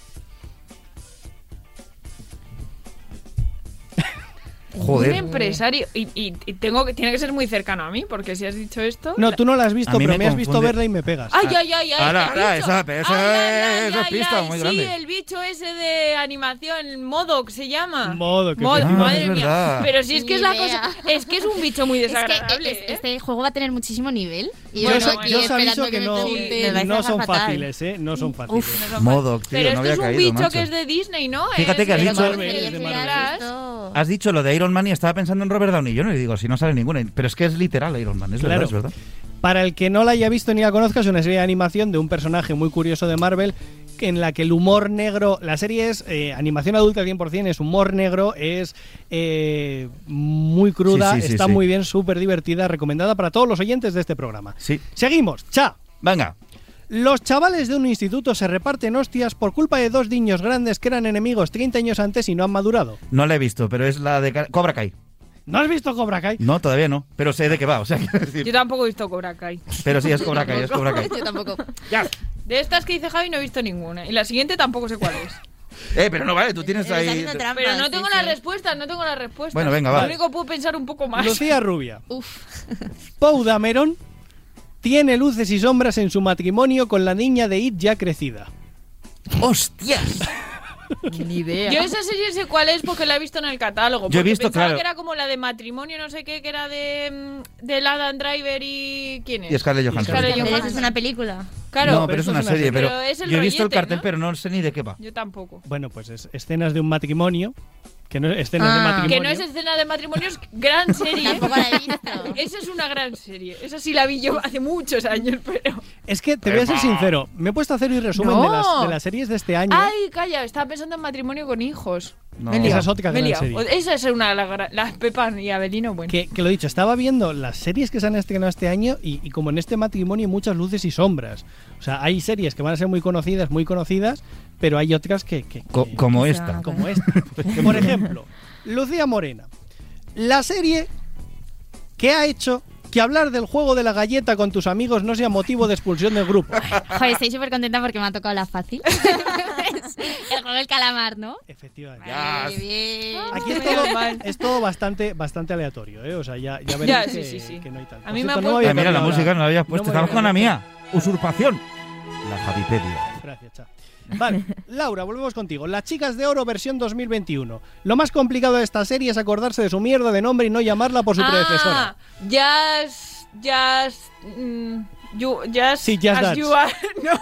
Speaker 2: Joder.
Speaker 9: Un empresario. Y, y- y tengo que, tiene que ser muy cercano a mí, porque si has dicho esto.
Speaker 1: No, tú no la has visto,
Speaker 2: A mí
Speaker 1: pero
Speaker 2: me
Speaker 1: me, has visto
Speaker 2: confunde.
Speaker 1: verla y me pegas.
Speaker 9: Ay, ay, ay, ay.
Speaker 2: Ahora,
Speaker 9: el
Speaker 2: ahora,
Speaker 9: bicho.
Speaker 2: esa- esa-
Speaker 9: Ay, ay, ay,
Speaker 2: esa
Speaker 9: ay,
Speaker 2: pista
Speaker 9: ay,
Speaker 2: muy
Speaker 9: sí,
Speaker 2: grande.
Speaker 9: el bicho ese de animación, Modoc se llama.
Speaker 1: Modoc,
Speaker 9: Modoc,
Speaker 2: efectivamente.
Speaker 9: madre
Speaker 2: Ah, es
Speaker 9: mía.
Speaker 2: verdad.
Speaker 9: Pero si es que es la
Speaker 10: Ni idea.
Speaker 9: cosa. Es que es un bicho muy
Speaker 10: Es que
Speaker 9: desagradable. ¿eh?
Speaker 10: es- este juego va a tener muchísimo nivel. Y
Speaker 1: yo,
Speaker 10: yo,
Speaker 1: os-
Speaker 10: estoy aquí
Speaker 1: yo os
Speaker 10: esperando
Speaker 1: aviso que,
Speaker 10: me
Speaker 1: no,
Speaker 10: pregunten.
Speaker 14: Me vais a
Speaker 1: no
Speaker 14: dejar
Speaker 1: son
Speaker 14: fatal.
Speaker 1: fáciles, ¿eh? No son fáciles.
Speaker 10: Uf.
Speaker 2: Modoc, tío,
Speaker 9: pero
Speaker 2: no
Speaker 9: esto
Speaker 2: había
Speaker 9: es un
Speaker 2: caído,
Speaker 9: bicho
Speaker 2: macho.
Speaker 9: que es de Disney, ¿no?
Speaker 2: Fíjate
Speaker 9: Es
Speaker 2: que has
Speaker 9: de
Speaker 2: dicho-
Speaker 9: Marvel,
Speaker 1: Es de
Speaker 9: Flash.
Speaker 14: Marvel.
Speaker 2: Has dicho lo de Iron Man y estaba pensando en Robert Downey Jr. y digo, si no sale ninguna, pero es que es literal Iron Man, es
Speaker 1: Claro.
Speaker 2: verdad, es verdad.
Speaker 1: Para el que no la haya visto ni la conozca, es una serie de animación de un personaje muy curioso de Marvel que- en la que el humor negro, la serie es eh, animación adulta 100%, es humor negro, es eh, muy cruda,
Speaker 2: Sí, sí, sí,
Speaker 1: está
Speaker 2: sí.
Speaker 1: muy bien, súper divertida, recomendada para todos los oyentes de este programa.
Speaker 2: Sí.
Speaker 1: Seguimos, cha.
Speaker 2: Venga.
Speaker 1: Los chavales de un instituto se reparten hostias por culpa de dos niños grandes que eran enemigos 30 años antes y no han madurado.
Speaker 2: No la he visto, pero es la de Ca- Cobra Kai.
Speaker 1: ¿No has visto Cobra Kai?
Speaker 2: No, todavía no, pero sé de qué va, o sea, quiero
Speaker 9: Yo
Speaker 2: decir.
Speaker 9: tampoco he visto Cobra Kai.
Speaker 2: Pero sí, es Cobra Kai, es Cobra Kai.
Speaker 10: Yo tampoco.
Speaker 9: De estas que dice Javi no he visto ninguna. Y la siguiente tampoco sé cuál es.
Speaker 2: Eh, pero no vale, tú tienes
Speaker 14: Pero está
Speaker 2: ahí.
Speaker 14: haciendo trampa,
Speaker 9: Pero no tengo
Speaker 14: sí,
Speaker 9: las
Speaker 14: sí.
Speaker 9: respuestas, no tengo las respuestas.
Speaker 2: Bueno, venga,
Speaker 9: Lo
Speaker 2: va.
Speaker 9: único puedo pensar un poco más.
Speaker 1: Lucía Rubia.
Speaker 10: Uf.
Speaker 1: Pou Dameron tiene luces y sombras en su matrimonio con la niña de It ya crecida.
Speaker 2: ¡Hostias!
Speaker 14: Ni idea.
Speaker 9: Yo esa serie sé cuál es porque la he visto en el catálogo.
Speaker 2: Yo he
Speaker 9: porque
Speaker 2: visto,
Speaker 9: pensaba
Speaker 2: claro.
Speaker 9: que era como la de matrimonio, no sé qué, que era de, mm, de Adam Driver y. ¿Quién es?
Speaker 2: Y Scarlett Johansson.
Speaker 9: Scarlett
Speaker 14: Pero
Speaker 9: Johansson.
Speaker 14: eso es una película.
Speaker 9: Claro,
Speaker 2: no, pero es una serie, pero,
Speaker 9: Pero es el
Speaker 2: yo he visto el
Speaker 9: rollete,
Speaker 2: cartel,
Speaker 9: ¿no?
Speaker 2: pero no sé ni de qué va.
Speaker 9: Yo tampoco.
Speaker 1: Bueno, pues es escenas de un matrimonio. Que no, escenas de
Speaker 14: Ah.
Speaker 1: matrimonio.
Speaker 9: Que no es escena de matrimonio, es gran serie.
Speaker 14: Tampoco la he visto.
Speaker 9: esa es una gran serie. Esa sí la vi yo hace muchos años, pero.
Speaker 1: Es que te voy a ser sincero, me he puesto a hacer un resumen de,
Speaker 9: No.
Speaker 1: las, de las series de este año.
Speaker 9: Ay, calla, estaba pensando en matrimonio con hijos.
Speaker 2: No.
Speaker 9: Me he liado,
Speaker 1: Esa es otra
Speaker 9: me he
Speaker 1: gran
Speaker 9: liado.
Speaker 1: serie.
Speaker 9: Esa es una de las gra- las Pepan y Abelino, bueno.
Speaker 1: Que, que lo dicho, estaba viendo las series que se han estrenado este año y, y como en este matrimonio hay muchas luces y sombras. O sea, hay series que van a ser muy conocidas, muy conocidas, pero hay otras que... que-
Speaker 2: Co-
Speaker 1: que-
Speaker 2: como
Speaker 14: Ya,
Speaker 2: esta.
Speaker 14: claro.
Speaker 1: como esta. Por ejemplo, Lucía Morena. La serie que ha hecho que hablar del juego de la galleta con tus amigos no sea motivo de expulsión del grupo.
Speaker 10: Joder, estoy súper contenta porque me ha tocado la fácil. El juego del calamar, ¿no?
Speaker 1: Efectivamente.
Speaker 10: Ay, bien.
Speaker 1: Aquí es
Speaker 10: Menos
Speaker 1: todo,
Speaker 10: mal.
Speaker 1: es todo bastante, bastante aleatorio, ¿eh? O sea, ya, ya veréis que, que no hay tanto.
Speaker 9: A mí
Speaker 1: Por
Speaker 9: me
Speaker 1: cierto,
Speaker 9: ha puesto-
Speaker 1: no
Speaker 2: Ay, Ah, mira, la
Speaker 1: cambiado
Speaker 2: música no la habías puesto.
Speaker 1: No me
Speaker 2: Estamos
Speaker 1: había
Speaker 2: con la mía.
Speaker 1: cambiado.
Speaker 2: Usurpación. La Javipedia.
Speaker 1: Gracias, Cha. Vale, Laura, volvemos contigo. Las chicas de oro versión 2021. Lo más complicado de esta serie es acordarse de su mierda de nombre y no llamarla por su predecesora.
Speaker 9: Ah, just, just, mm, you, just,
Speaker 1: Sí, Just
Speaker 9: as
Speaker 1: Dance.
Speaker 9: you are. No.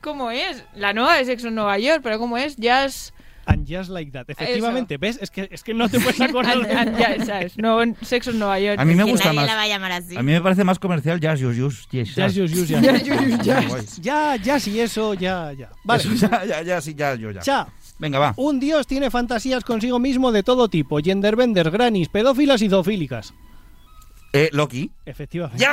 Speaker 9: ¿Cómo es? La nueva de Sexo en Nueva York, pero ¿cómo es? Just.
Speaker 1: And just like that. Efectivamente, ¿ves? Es que, es que no te puedes acordar.
Speaker 9: and- and just, ¿sabes? No, Sexo en Nueva York.
Speaker 2: A mí me gusta más.
Speaker 9: así.
Speaker 2: A mí me parece más comercial Jazz Yus Yus. Yes,
Speaker 1: Just
Speaker 2: Yus.
Speaker 1: use, use, ya. Ya, ya, sí, eso, ya, ya. Vale.
Speaker 2: Eso, ya, ya, ya, sí, ya, yo ya.
Speaker 1: Cha.
Speaker 2: Venga, va.
Speaker 1: Un dios tiene fantasías consigo mismo de todo tipo: genderbenders, granis, pedófilas y zoofílicas.
Speaker 2: Eh, Loki.
Speaker 1: Efectivamente.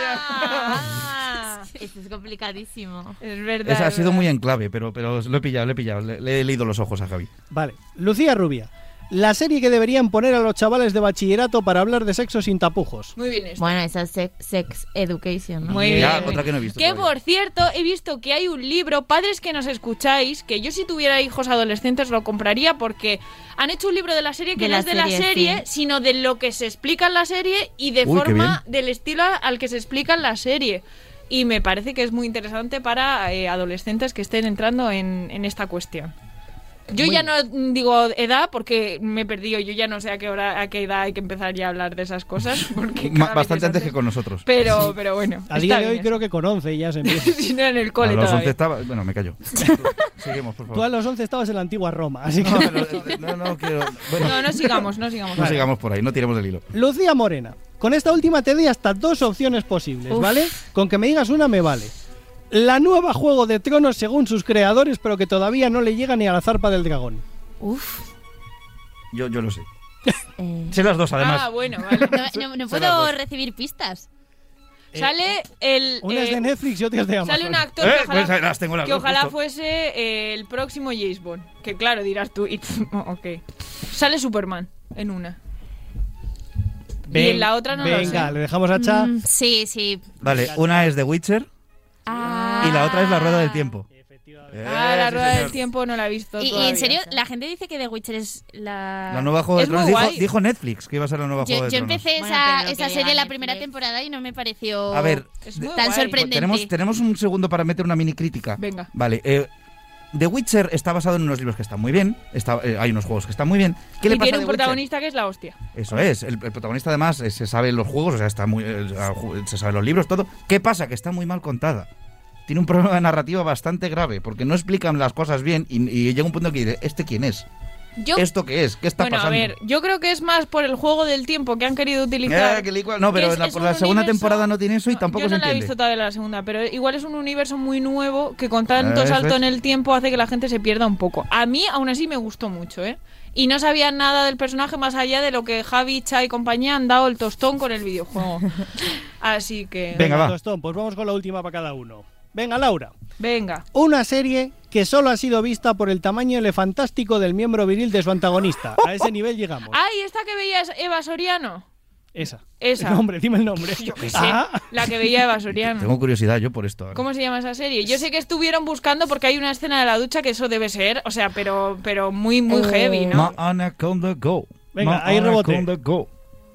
Speaker 14: Ah, esto es complicadísimo.
Speaker 9: Es verdad.
Speaker 2: Esa ha sido muy en clave, pero, pero lo he pillado, lo he pillado. Le, le he leído los ojos a Javi.
Speaker 1: Vale. Lucía Rubia. La serie que deberían poner a los chavales de bachillerato para hablar de sexo sin tapujos.
Speaker 9: Muy bien esto.
Speaker 14: Bueno, esa es sex, sex education, ¿no?
Speaker 9: Muy bien.
Speaker 2: Ya, otra que no he visto.
Speaker 9: Que
Speaker 2: todavía.
Speaker 9: por cierto, he visto que hay un libro, padres que nos escucháis, que yo si tuviera hijos adolescentes lo compraría porque han hecho un libro de la serie que
Speaker 14: De
Speaker 9: no
Speaker 14: la
Speaker 9: es de la
Speaker 14: serie,
Speaker 9: serie, sino de lo que se explica en la serie y de
Speaker 2: Uy, qué
Speaker 9: forma del estilo al que se explica en la serie. Y me parece que es muy interesante para eh, adolescentes que estén entrando en, en esta cuestión. Yo ya no mm, digo edad porque me he perdido, yo ya no sé a qué hora, a qué edad hay que empezar ya a hablar de esas cosas. Porque cada
Speaker 2: Ma-
Speaker 9: vez es
Speaker 2: bastante antes que con nosotros.
Speaker 9: Pero, pero bueno.
Speaker 1: A día
Speaker 9: está
Speaker 1: de hoy
Speaker 9: bien.
Speaker 2: ¿eh?
Speaker 1: creo que con 11 ya se empieza.
Speaker 9: Si no, en el
Speaker 2: A
Speaker 9: cole
Speaker 2: los 11
Speaker 9: todavía.
Speaker 2: estaba. Bueno, me callo. Seguimos, por
Speaker 1: Tú a
Speaker 2: favor.
Speaker 1: los 11 estabas en la antigua Roma, así que...
Speaker 2: No, no, quiero. Bueno,
Speaker 9: No, no sigamos, no sigamos.
Speaker 2: no sigamos por ahí, no tiremos del hilo.
Speaker 1: Lucía Morena, con esta última te doy hasta dos opciones posibles,
Speaker 9: Uf.
Speaker 1: ¿vale? Con que me digas una me vale. La nueva Juego de Tronos según sus creadores, pero que todavía no le llega ni a la zarpa del dragón.
Speaker 14: Uf.
Speaker 2: Yo, yo lo sé. Sé las dos, además.
Speaker 9: Ah, bueno, vale.
Speaker 10: No, no, no
Speaker 2: Son las
Speaker 10: puedo
Speaker 2: dos.
Speaker 10: recibir pistas.
Speaker 9: Sale el.
Speaker 1: Una es
Speaker 9: eh,
Speaker 1: de Netflix y otra es de Amazon.
Speaker 9: Sale un actor
Speaker 2: Eh,
Speaker 9: que ojalá,
Speaker 2: pues las tengo las
Speaker 9: que
Speaker 2: dos,
Speaker 9: ojalá
Speaker 2: justo.
Speaker 9: fuese eh, el próximo James Bond. Que claro, dirás tú. y pff, oh, ok. Sale Superman en una. y en la otra no lo
Speaker 1: Venga,
Speaker 9: sé.
Speaker 1: le dejamos a Cha.
Speaker 10: Mm, sí, sí.
Speaker 2: Vale, una es The Witcher y la otra es La Rueda del Tiempo.
Speaker 9: Ah,
Speaker 2: Eh,
Speaker 9: la
Speaker 2: sí,
Speaker 9: rueda
Speaker 2: señor.
Speaker 9: del tiempo no la he visto.
Speaker 10: Y, y
Speaker 9: todavía.
Speaker 10: en serio, la gente dice que The Witcher es la.
Speaker 2: La nueva Juego de
Speaker 9: Es muy
Speaker 2: Tronos. Dijo,
Speaker 9: guay.
Speaker 2: dijo Netflix que iba a ser la nueva Juego
Speaker 10: Yo,
Speaker 2: de
Speaker 10: yo
Speaker 2: Tronos.
Speaker 10: empecé
Speaker 14: Bueno,
Speaker 10: esa,
Speaker 14: pero que
Speaker 10: esa
Speaker 14: diga
Speaker 10: serie la
Speaker 14: Netflix.
Speaker 10: primera temporada y no me pareció
Speaker 2: A ver,
Speaker 9: Es muy
Speaker 10: tan
Speaker 9: guay.
Speaker 10: sorprendente.
Speaker 2: Tenemos, tenemos un segundo para meter una mini crítica.
Speaker 9: Venga.
Speaker 2: Vale, eh, The Witcher está basado en unos libros que están muy bien. Está, eh, hay unos juegos que están muy bien. ¿Qué le
Speaker 9: y
Speaker 2: pasa
Speaker 9: tiene
Speaker 2: a
Speaker 9: un
Speaker 2: The Witcher?
Speaker 9: protagonista que es la hostia.
Speaker 2: Eso es. El, el protagonista, además, eh, se sabe los juegos, o sea, está muy, eh, se sabe los libros, todo. ¿Qué pasa? Que está muy mal contada. Tiene un problema de narrativa bastante grave, porque no explican las cosas bien y, y llega un punto que dice, ¿este quién es?
Speaker 9: Yo,
Speaker 2: ¿Esto qué es? ¿Qué está
Speaker 9: bueno,
Speaker 2: pasando?
Speaker 9: a ver, yo creo que es más por el juego del tiempo que han querido utilizar.
Speaker 2: Eh, que le igual- no,
Speaker 9: que
Speaker 2: pero
Speaker 9: es-
Speaker 2: la,
Speaker 9: es
Speaker 2: por
Speaker 9: un
Speaker 2: la segunda
Speaker 9: universo-
Speaker 2: temporada no tiene eso y
Speaker 9: No,
Speaker 2: tampoco
Speaker 9: yo no
Speaker 2: se
Speaker 9: la he
Speaker 2: entiende.
Speaker 9: visto todavía la segunda, pero igual es un universo muy nuevo que con tanto
Speaker 2: Eso
Speaker 9: salto
Speaker 2: es.
Speaker 9: en el tiempo hace que la gente se pierda un poco. A mí, aún así, me gustó mucho, ¿eh? Y no sabía nada del personaje más allá de lo que Javi, Cha y compañía han dado el tostón con el videojuego. Así que,
Speaker 2: Venga, va.
Speaker 1: Tostón, pues vamos con la última para cada uno. Venga, Laura.
Speaker 9: venga.
Speaker 1: Una serie que solo ha sido vista por el tamaño elefantástico del miembro viril de su antagonista. A ese nivel llegamos.
Speaker 9: ¡Ay, esta que veías, Eva Soriano!
Speaker 1: Esa.
Speaker 9: Esa.
Speaker 1: El nombre, dime el nombre.
Speaker 9: Sí,
Speaker 1: Ah,
Speaker 9: la que veía Eva Soriano.
Speaker 2: Tengo curiosidad yo por esto. ahora.
Speaker 9: ¿Cómo se llama esa serie? Yo sé que estuvieron buscando porque hay una escena de la ducha que eso debe ser, o sea, pero, pero muy, muy
Speaker 14: Eh,
Speaker 9: heavy, ¿no?
Speaker 2: Ma Anaconda Go.
Speaker 1: Eh, Venga,
Speaker 2: Ma
Speaker 1: ahí rebote.
Speaker 2: Anaconda Go.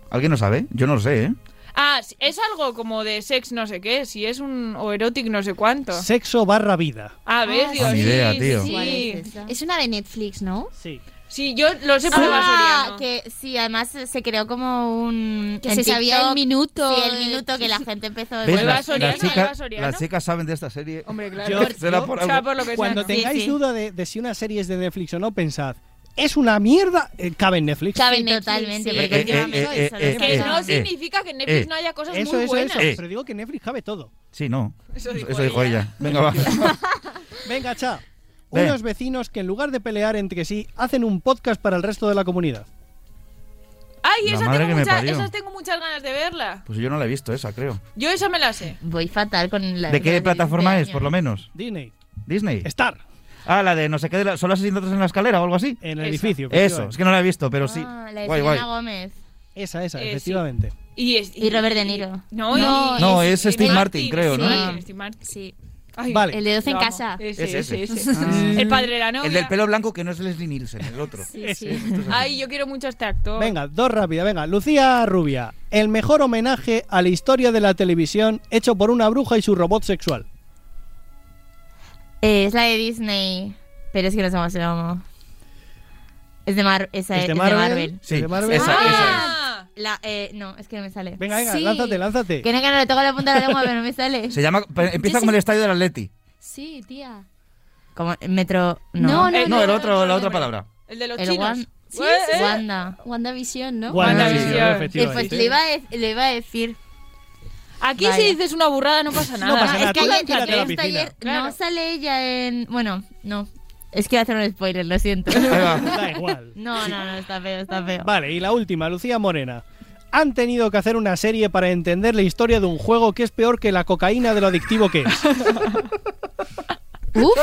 Speaker 2: ¿Alguien lo sabe? Yo no lo sé, ¿eh?
Speaker 9: Ah, s- es algo como de sex no sé qué, si es un o erotic no sé cuánto.
Speaker 1: Sexo barra vida.
Speaker 9: A ver,
Speaker 10: Ah,
Speaker 9: digo,
Speaker 2: sí,
Speaker 9: sí,
Speaker 2: Ni idea,
Speaker 9: sí,
Speaker 2: tío.
Speaker 9: sí.
Speaker 14: ¿Cuál es esa?
Speaker 10: Es una de Netflix, ¿no?
Speaker 1: Sí.
Speaker 9: Sí, yo lo sé por Eva
Speaker 14: Ah,
Speaker 9: Soriano.
Speaker 14: que sí, además se creó como un.
Speaker 10: Que
Speaker 14: en
Speaker 10: se sabía el
Speaker 14: TikTok,
Speaker 10: minuto.
Speaker 14: Sí, el minuto que la gente empezó a
Speaker 2: ¿Ves?
Speaker 9: Eva
Speaker 2: Las,
Speaker 9: Soriano,
Speaker 2: las chicas,
Speaker 9: Eva Soriano.
Speaker 2: las chicas saben de esta serie.
Speaker 9: Hombre,
Speaker 1: Yo-
Speaker 9: claro.
Speaker 2: Será por
Speaker 9: o sea,
Speaker 2: algo.
Speaker 9: por lo que
Speaker 1: Cuando
Speaker 9: sea. ¿no?
Speaker 14: te-
Speaker 1: tengáis
Speaker 14: sí.
Speaker 1: duda de, de si una serie es de Netflix o no, pensad, ¿es una mierda? Eh, cabe en Netflix.
Speaker 10: Cabe
Speaker 14: Sí,
Speaker 10: en Netflix,
Speaker 14: totalmente,
Speaker 10: sí.
Speaker 14: porque
Speaker 2: Eh, eh, eh, eh,
Speaker 9: Que
Speaker 2: eh,
Speaker 9: no
Speaker 2: eh.
Speaker 9: significa que en Netflix
Speaker 2: eh.
Speaker 9: no haya cosas
Speaker 1: Eso,
Speaker 9: muy
Speaker 1: eso,
Speaker 9: buenas.
Speaker 1: eso.
Speaker 2: Eh.
Speaker 1: Pero digo que Netflix cabe todo.
Speaker 2: Sí, no.
Speaker 9: Eso dijo ella.
Speaker 2: ella. Venga, va.
Speaker 1: Venga, cha.
Speaker 2: Ve.
Speaker 1: Unos vecinos que en lugar de pelear entre sí, hacen un podcast para el resto de la comunidad.
Speaker 9: Ay,
Speaker 2: La
Speaker 9: esa
Speaker 2: madre
Speaker 9: tengo
Speaker 2: que me
Speaker 9: mucha-
Speaker 2: parió.
Speaker 9: esas tengo muchas ganas de verla.
Speaker 2: Pues yo no la he visto esa, creo.
Speaker 9: Yo esa me la sé.
Speaker 14: Voy fatal con la.
Speaker 2: ¿De qué plataforma es, por lo menos?
Speaker 1: Disney.
Speaker 2: ¿Disney?
Speaker 1: Estar.
Speaker 2: Ah, la de no sé qué, de la, solo asesinatos en la escalera o algo así.
Speaker 1: En el
Speaker 9: Esa.
Speaker 1: edificio.
Speaker 2: Eso, es
Speaker 1: efectivamente.
Speaker 2: que no la he visto, pero sí.
Speaker 14: Ah, la de
Speaker 2: Guay, guay.
Speaker 14: Selena Gómez.
Speaker 1: Esa, esa,
Speaker 9: Eh, sí.
Speaker 1: efectivamente.
Speaker 9: Y, es-
Speaker 14: Y Robert De Niro. No,
Speaker 9: No, y-
Speaker 2: No,
Speaker 14: es-
Speaker 2: es Steve Martin, creo,
Speaker 9: sí,
Speaker 2: ¿no?
Speaker 9: Steve Martin.
Speaker 14: Sí.
Speaker 9: Ay,
Speaker 1: Vale.
Speaker 14: El de 12 en
Speaker 9: lo amo.
Speaker 14: casa.
Speaker 9: Ese,
Speaker 2: Es ese. Ah.
Speaker 9: ese, ese. Ah. El padre de la novia.
Speaker 2: El del pelo blanco que no es Leslie Nielsen, el otro.
Speaker 9: Ay, yo quiero mucho a este actor.
Speaker 1: Venga, dos rápidas, venga. Lucía Rubia, el mejor homenaje a la historia de la televisión hecho por una bruja y su robot sexual.
Speaker 14: Eh, es la de Disney, pero es que no sé cómo se llama. Es de, Mar esa
Speaker 1: ¿Es
Speaker 14: es
Speaker 1: de
Speaker 14: de
Speaker 1: Marvel?
Speaker 14: Marvel.
Speaker 1: Sí, ¿Es de Marvel? esa-
Speaker 14: Ah, La, eh, no, es que no me sale.
Speaker 1: Venga, venga,
Speaker 14: Sí.
Speaker 1: lánzate, lánzate.
Speaker 14: Que no, que no, le toco la punta de la lengua, pero no me sale.
Speaker 2: Se llama, empieza como el estadio del Atleti.
Speaker 10: Sí, tía.
Speaker 14: Como metro.
Speaker 10: No,
Speaker 14: No,
Speaker 10: no,
Speaker 2: Eh, No, el otro, la otra palabra.
Speaker 9: El de los
Speaker 14: El
Speaker 9: chinos.
Speaker 14: Wan-
Speaker 10: Sí,
Speaker 9: Eh,
Speaker 10: sí.
Speaker 9: eh.
Speaker 14: Wanda.
Speaker 10: WandaVision, ¿no?
Speaker 1: WandaVision,
Speaker 14: Ah,
Speaker 1: efectivamente.
Speaker 14: eh, pues le iba, a, de- le iba a decir.
Speaker 9: Aquí
Speaker 14: Vale.
Speaker 9: si dices una burrada no pasa nada.
Speaker 1: No pasa nada,
Speaker 14: es que
Speaker 1: tú
Speaker 14: ayer,
Speaker 1: tírate a la
Speaker 14: ayer-
Speaker 1: piscina.
Speaker 14: ayer-
Speaker 9: Claro.
Speaker 14: No sale ella en. Bueno, no. Es que iba a hacer un spoiler, lo siento.
Speaker 1: Da igual.
Speaker 14: No, no, no, está feo, está feo.
Speaker 1: Vale, y la última, Lucía Morena. Han tenido que hacer una serie para entender la historia de un juego que es peor que la cocaína de lo adictivo que es.
Speaker 14: Uf,